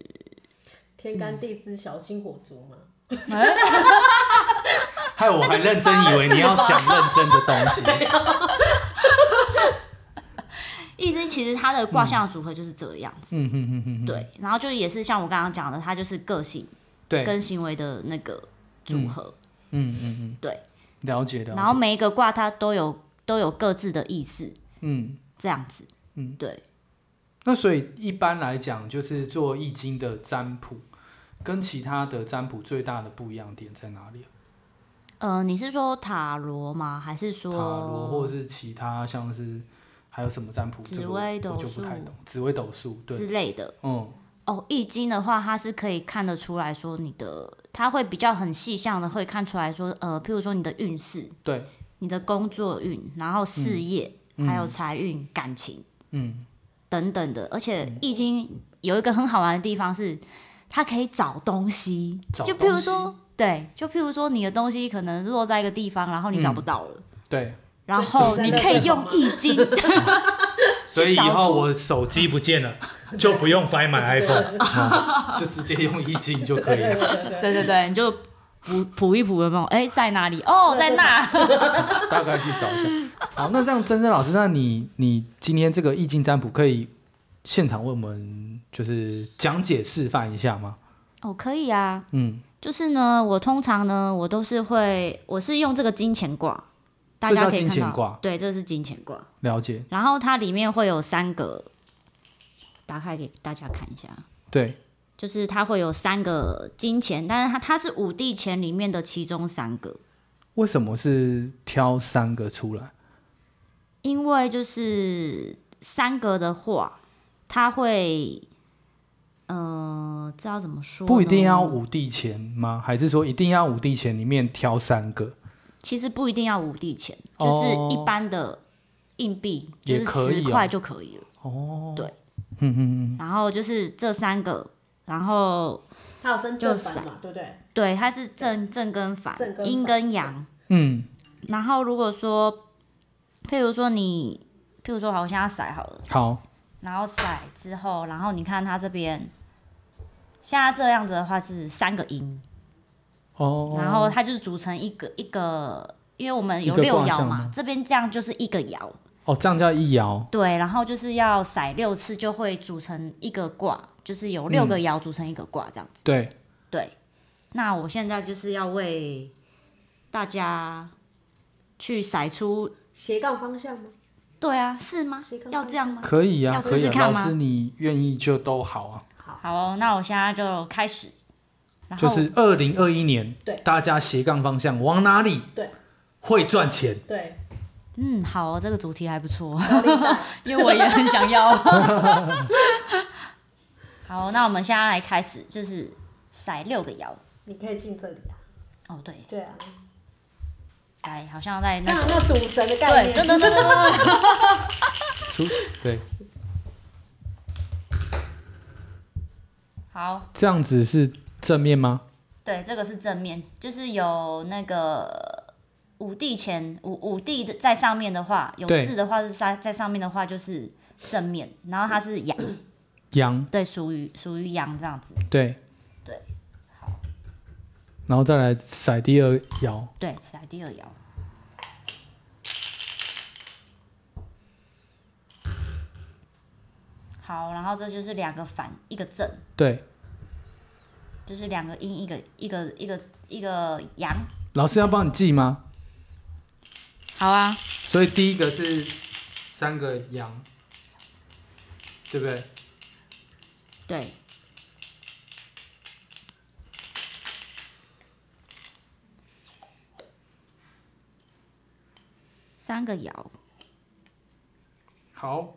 Speaker 2: *laughs* 天干地支，小心火烛嘛。
Speaker 1: 害我还认真以为你要讲认真的东西。
Speaker 3: 易经，其实它的卦象组合就是这样子。
Speaker 1: 嗯哼哼哼，
Speaker 3: 对，然后就也是像我刚刚讲的，它就是个性
Speaker 1: *laughs* 对，
Speaker 3: 跟行为的那个组合。
Speaker 1: 嗯嗯嗯，
Speaker 3: 对，
Speaker 1: 了解了
Speaker 3: 然后
Speaker 1: 解。
Speaker 3: 每一个卦它都有都有各自的意思，
Speaker 1: 嗯，
Speaker 3: 这样子。
Speaker 1: 嗯，
Speaker 3: 对。
Speaker 1: 那所以一般来讲，就是做易经的占卜，跟其他的占卜最大的不一样点在哪里啊？
Speaker 3: 呃，你是说塔罗吗？还是说
Speaker 1: 塔罗或者是其他像是还有什么占卜？
Speaker 3: 紫
Speaker 1: 这个我
Speaker 3: 微斗
Speaker 1: 我就不太
Speaker 3: 数
Speaker 1: 懂。紫微斗数，对，
Speaker 3: 之类的？
Speaker 1: 嗯，
Speaker 3: 哦，易经的话，它是可以看得出来说你的，它会比较很细项的会看出来说，呃，譬如说你的运势、
Speaker 1: 对，
Speaker 3: 你的工作运，然后事业，还有财运、感情
Speaker 1: 嗯，
Speaker 3: 等等的。而且易经有一个很好玩的地方是，它可以找东西，
Speaker 1: 找
Speaker 3: 就譬如
Speaker 1: 东西
Speaker 3: 说，对，就譬如说你的东西可能落在一个地方，然后
Speaker 1: 嗯
Speaker 3: 你找不到了，
Speaker 1: 对。
Speaker 3: 然后
Speaker 2: 所以
Speaker 3: 你
Speaker 2: 就
Speaker 3: 可以
Speaker 2: 是
Speaker 3: 用易经。
Speaker 1: 所以以
Speaker 3: 去找
Speaker 1: 后
Speaker 3: 出
Speaker 1: 我手机不见了，就不用 Find My iPhone，、嗯 *laughs* 就直接用易经就可以了。
Speaker 3: *laughs* 对对对，你就谱谱一谱有没有？哎、在哪里？哦，在那。 *laughs*
Speaker 1: 大概去找一下。好，那这样，珍珍老师，那你你今天这个易经占卜可以现场为我们就是讲解示范一下吗？
Speaker 3: 哦，可以啊。
Speaker 1: 嗯，
Speaker 3: 就是呢，我通常呢，我都是会，我是用这个金钱卦，大
Speaker 1: 这
Speaker 3: 家
Speaker 1: 叫
Speaker 3: 可以
Speaker 1: 金
Speaker 3: 看
Speaker 1: 钱
Speaker 3: 到，
Speaker 1: 卦，
Speaker 3: 对，这是金钱卦。
Speaker 1: 了解。
Speaker 3: 然后它里面会有三个，打开给大家看一下，
Speaker 1: 对，
Speaker 3: 就是它会有三个金钱，但是它它是五帝钱里面的其中三个，
Speaker 1: 为什么是挑三个出来？
Speaker 3: 因为就是三个的话，它会，呃，知道怎么说？
Speaker 1: 不一定要五帝钱吗？还是说一定要五帝钱里面挑三个？
Speaker 3: 其实不一定要五帝钱，
Speaker 1: 哦
Speaker 3: 就是一般的硬币，就
Speaker 1: 也
Speaker 3: 是
Speaker 1: 可以
Speaker 3: 十
Speaker 1: 哦
Speaker 3: 块就可以了。
Speaker 1: 哦，
Speaker 3: 对，
Speaker 1: 嗯嗯嗯，
Speaker 3: 然后就是这三个，然后
Speaker 2: 它有分正反嘛，对不对？
Speaker 3: 对，它是正正跟反
Speaker 2: 正跟，反
Speaker 3: 阴跟阳。
Speaker 1: 嗯，
Speaker 3: 然后如果说，譬如说你，譬如说好，我现在甩好了，
Speaker 1: 好，
Speaker 3: 然后甩之后，然后你看它这边，现在这样子的话是三个阴，
Speaker 1: 哦，
Speaker 3: 然后它就是组成一个一个，因为我们有
Speaker 1: 一个
Speaker 3: 六
Speaker 1: 卦
Speaker 3: 爻
Speaker 1: 象
Speaker 3: 嘛
Speaker 1: 吗，
Speaker 3: 这边这样就是一个爻。
Speaker 1: 哦，这样叫一爻，
Speaker 3: 对，然后就是要甩六次，就会组成一个卦，就是有
Speaker 1: 嗯
Speaker 3: 六个爻组成一个卦这样子。
Speaker 1: 对，
Speaker 3: 对，那我现在就是要为大家去甩出，
Speaker 2: 斜杠方向吗？
Speaker 3: 对啊，是吗
Speaker 2: 谁？刚
Speaker 3: 要
Speaker 2: 刚
Speaker 3: 这样吗？
Speaker 1: 可以呀、
Speaker 3: 要
Speaker 1: 可以、啊，
Speaker 3: 试试看吗
Speaker 1: 老师你愿意就都好啊。
Speaker 3: 好、哦，那我现在就开始，然后、
Speaker 1: 就是二零二一年，
Speaker 2: 对
Speaker 1: 大家斜杠方向往哪里？
Speaker 2: 对，
Speaker 1: 会赚钱。
Speaker 2: 对，
Speaker 3: 嗯，好、哦，这个主题还不错， *laughs*
Speaker 2: 高利贷
Speaker 3: 因为我也很想要。 *laughs* 好，哦那我们现在来开始，就是甩六个爻。
Speaker 2: 你可以进这里啊。
Speaker 3: 哦，对，
Speaker 2: 对啊，
Speaker 3: 来，好像在
Speaker 2: 这
Speaker 3: 那
Speaker 2: 样那赌神的概
Speaker 3: 对，
Speaker 2: 念，
Speaker 3: 噔噔噔噔噔。
Speaker 2: *laughs*
Speaker 1: 出对，
Speaker 3: 好，
Speaker 1: 这样子是正面吗？
Speaker 3: 对，这个是正面，就是有那个五帝钱五五帝的在上面的话，有
Speaker 1: 对
Speaker 3: 字的话是在在上面的话就是正面，然后它是阳，
Speaker 1: 阳
Speaker 3: 对，属于属于阳这样子，
Speaker 1: 对
Speaker 3: 对，
Speaker 1: 然后再来甩第二爻，
Speaker 3: 对，是在第二爻。好，然后这就是两个反，一个正，
Speaker 1: 对，
Speaker 3: 就是两个阴，一个一个一个一个阳。
Speaker 1: 老师要帮你记吗？
Speaker 3: 好啊，
Speaker 1: 所以第一个是三个阳，对不对？
Speaker 3: 对，三个爻，
Speaker 1: 好，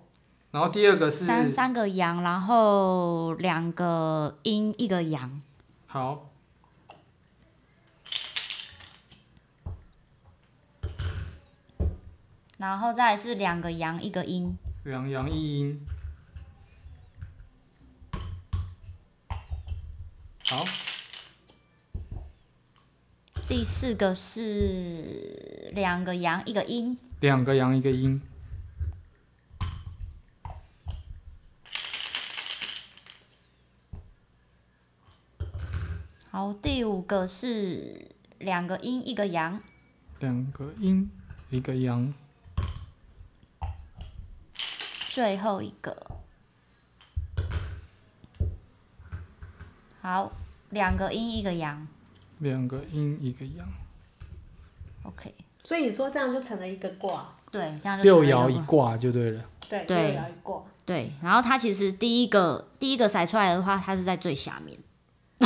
Speaker 1: 然后第二个是
Speaker 3: 三三个阳，然后两个阴，一个阳，
Speaker 1: 好，
Speaker 3: 然后再来是两个阳一个阴，
Speaker 1: 两阳一阴。好，
Speaker 3: 第四个是两个阳一个阴，
Speaker 1: 两个阳一个阴，
Speaker 3: 好，第五个是两个阴一个阳，
Speaker 1: 两个阴一个阳，
Speaker 3: 最后一个，好，两个阴一个阳
Speaker 1: 两个阴一个阳，
Speaker 3: ，OK，
Speaker 2: 所以你说这样就成了一个卦，
Speaker 3: 对，这样就
Speaker 1: 六
Speaker 3: 是
Speaker 1: 爻
Speaker 3: 六
Speaker 1: 一
Speaker 3: 个
Speaker 1: 卦就对了。
Speaker 2: 对，
Speaker 3: 对
Speaker 2: 六爻一卦。
Speaker 3: 对，然后它其实第一个第一个筛出来的话，它是在最下面，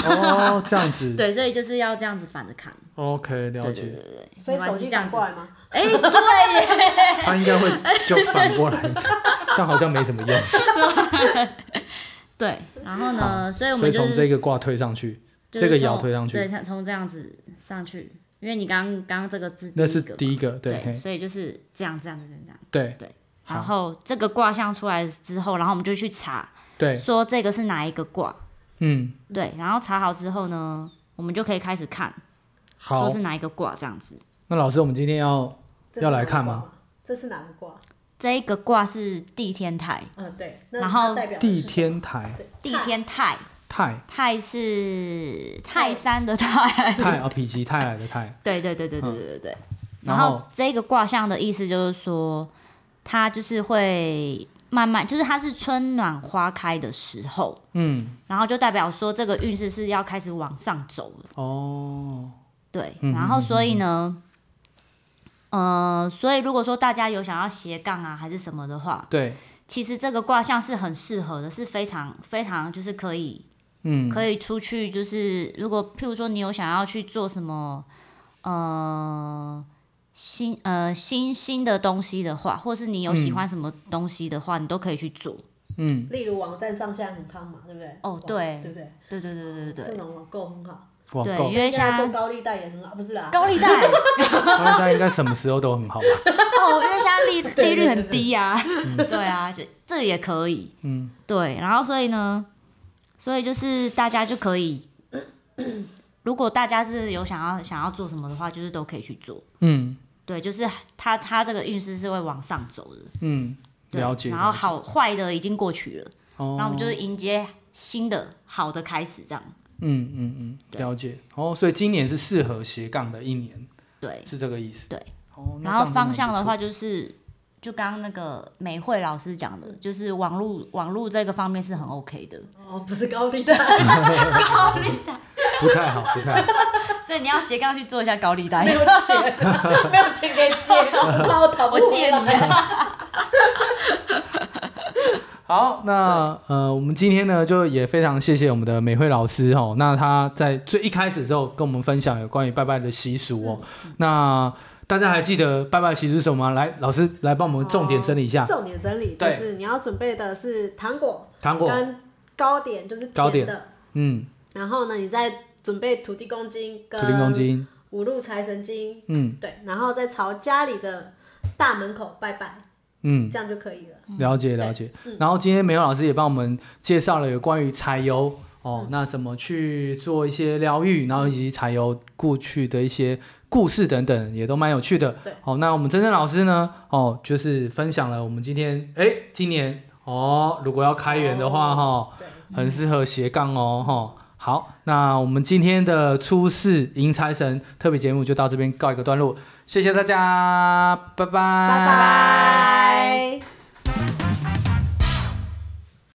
Speaker 1: 哦，这样子。
Speaker 3: *laughs* 对，所以就是要这样子反着看，
Speaker 1: OK，了
Speaker 3: 对对
Speaker 1: 解。
Speaker 3: 对对，
Speaker 2: 所以
Speaker 3: 没关
Speaker 2: 手
Speaker 3: 系
Speaker 2: 机
Speaker 3: 这样
Speaker 2: 反
Speaker 3: 子
Speaker 2: 过来吗？
Speaker 3: 哎、对耶，
Speaker 1: 他应该会就反过来， *laughs* 这样好像没什么
Speaker 3: *laughs*
Speaker 1: 用。
Speaker 3: 对，然后呢，所以我
Speaker 1: 所
Speaker 3: 们
Speaker 1: 以
Speaker 3: 就
Speaker 1: 从
Speaker 3: 是
Speaker 1: 这个卦推上去，
Speaker 3: 就是
Speaker 1: 这个摇
Speaker 3: 从
Speaker 1: 推上去
Speaker 3: 对，像从这样子上去，因为你刚刚刚这个字
Speaker 1: 那是
Speaker 3: 一个嘛
Speaker 1: 第一个，对
Speaker 3: 对，
Speaker 1: 嘿
Speaker 3: 所以就是这样这样这样这样，
Speaker 1: 对好
Speaker 3: 然后这个卦象出来之后，然后我们就去查
Speaker 1: 对，
Speaker 3: 说这个是哪一个卦，
Speaker 1: 嗯，
Speaker 3: 对，然后查好之后呢，我们就可以开始看
Speaker 1: 好
Speaker 3: 说。是哪一个卦这样子，
Speaker 1: 那老师，我们今天要
Speaker 2: 这是
Speaker 1: 要
Speaker 2: 哪
Speaker 1: 来
Speaker 2: 个
Speaker 1: 看
Speaker 2: 卦
Speaker 1: 吗？
Speaker 2: 这是哪个卦？
Speaker 3: 这一个卦是地天泰，
Speaker 2: 嗯，对。那
Speaker 3: 然
Speaker 2: 它
Speaker 3: 后
Speaker 2: 代表的
Speaker 1: 地
Speaker 2: 是
Speaker 1: 天台
Speaker 2: 对
Speaker 3: 地天泰
Speaker 1: 泰
Speaker 3: 泰是泰山的泰，
Speaker 1: 泰啊，否极泰来的泰，
Speaker 3: 对对对对对对对对。然
Speaker 1: 嗯然
Speaker 3: 后
Speaker 1: 后
Speaker 3: 这个卦象的意思就是说，它就是会慢慢，就是它是春暖花开的时候，
Speaker 1: 嗯，
Speaker 3: 然后就代表说这个运势是要开始往上走了。
Speaker 1: 哦，
Speaker 3: 对，然后所以呢，呃，所以如果说大家有想要斜杠啊还是什么的话，
Speaker 1: 对，
Speaker 3: 其实这个卦象是很适合的，是非常非常就是可以
Speaker 1: 嗯，
Speaker 3: 可以出去，就是如果譬如说你有想要去做什么，呃，新呃新新的东西的话，或是你有喜欢什么东西的话，你都可以去做。
Speaker 1: 嗯，
Speaker 2: 例如网站上现在很夯嘛，对不对？
Speaker 3: 哦
Speaker 2: 网
Speaker 3: 对
Speaker 2: 对不对？
Speaker 3: 对对对对对
Speaker 2: 这
Speaker 3: 对，
Speaker 2: 种网购很好，
Speaker 1: 网
Speaker 3: 对
Speaker 1: 购
Speaker 3: 因，为
Speaker 2: 现在
Speaker 3: 像
Speaker 2: 做高利贷也很好，不是啦？
Speaker 3: 高利贷
Speaker 1: *laughs* 大家应该什么时候都很好吧？
Speaker 3: 哦，因为现在
Speaker 1: *laughs*
Speaker 3: 利
Speaker 2: 对
Speaker 3: 利率很低啊，对啊，就这也可以，
Speaker 1: 嗯，
Speaker 3: 对，然后所以呢，所以就是大家就可以。如果大家是有想要想要做什么的话，就是都可以去做。
Speaker 1: 嗯
Speaker 3: 对，就是它它这个运势是会往上走的。
Speaker 1: 嗯，
Speaker 3: 对
Speaker 1: 了解。
Speaker 3: 然后
Speaker 1: 了解，
Speaker 3: 好坏的已经过去了，
Speaker 1: 哦
Speaker 3: 然后我们就是迎接新的好的开始，这样。
Speaker 1: 嗯嗯嗯，
Speaker 3: 对
Speaker 1: 了解。哦，所以今年是适合斜杠的一年，
Speaker 3: 对，
Speaker 1: 是这个意思。
Speaker 3: 对
Speaker 1: 哦，那
Speaker 3: 然
Speaker 1: 这
Speaker 3: 后
Speaker 1: 样真
Speaker 3: 方
Speaker 1: 很
Speaker 3: 向
Speaker 1: 不
Speaker 3: 的
Speaker 1: 错
Speaker 3: 话，就是就刚刚那个美惠老师讲的，就是网络网络这个方面是很 OK 的，
Speaker 2: 哦，不是高
Speaker 3: *laughs*
Speaker 2: 利贷，
Speaker 3: 高利贷，
Speaker 1: 不太好，不
Speaker 3: *laughs*
Speaker 1: 太好。
Speaker 3: 所以你要斜杠去做一下高利贷
Speaker 2: 没。有钱，没 *laughs* 有钱给借，我怕我讨不
Speaker 3: 我借
Speaker 2: 回来
Speaker 3: 你，
Speaker 1: 好，那呃，我们今天呢，就也非常谢谢我们的美惠老师哦。那她在最一开始的时候跟我们分享有关于拜拜的习俗哦。
Speaker 3: 嗯
Speaker 1: 那大家还记得拜拜习俗是什么吗？来，老师来帮我们重点整理一下。
Speaker 2: 重点整理就
Speaker 1: 对
Speaker 2: 是你要准备的是糖果
Speaker 1: 糖果，
Speaker 2: 跟糕点，就是
Speaker 1: 糕
Speaker 2: 甜
Speaker 1: 点
Speaker 2: 的。
Speaker 1: 嗯，
Speaker 2: 然后呢，你再准备土地公金
Speaker 1: 土地公
Speaker 2: 跟
Speaker 1: 金，
Speaker 2: 五路财神金，
Speaker 1: 嗯
Speaker 2: 对，然后再朝家里的大门口拜拜，
Speaker 1: 嗯，
Speaker 2: 这样就可以了。
Speaker 1: 了解了解。
Speaker 2: 嗯
Speaker 1: 然后今天美惠老师也帮我们介绍了有关于柴油
Speaker 2: 嗯
Speaker 1: 哦，那怎么去做一些疗愈，然后以及柴油过去的一些故事等等，也都蛮有趣的。
Speaker 2: 对，
Speaker 1: 好、那我们珍珍老师呢，哦，就是分享了我们今天，哎，今年哦，如果要开源的话，哈、
Speaker 2: 对，
Speaker 1: 很适合斜杠哦，哈、好，那我们今天的初四迎财神特别节目就到这边告一个段落，谢谢大家，拜拜，
Speaker 2: 拜拜。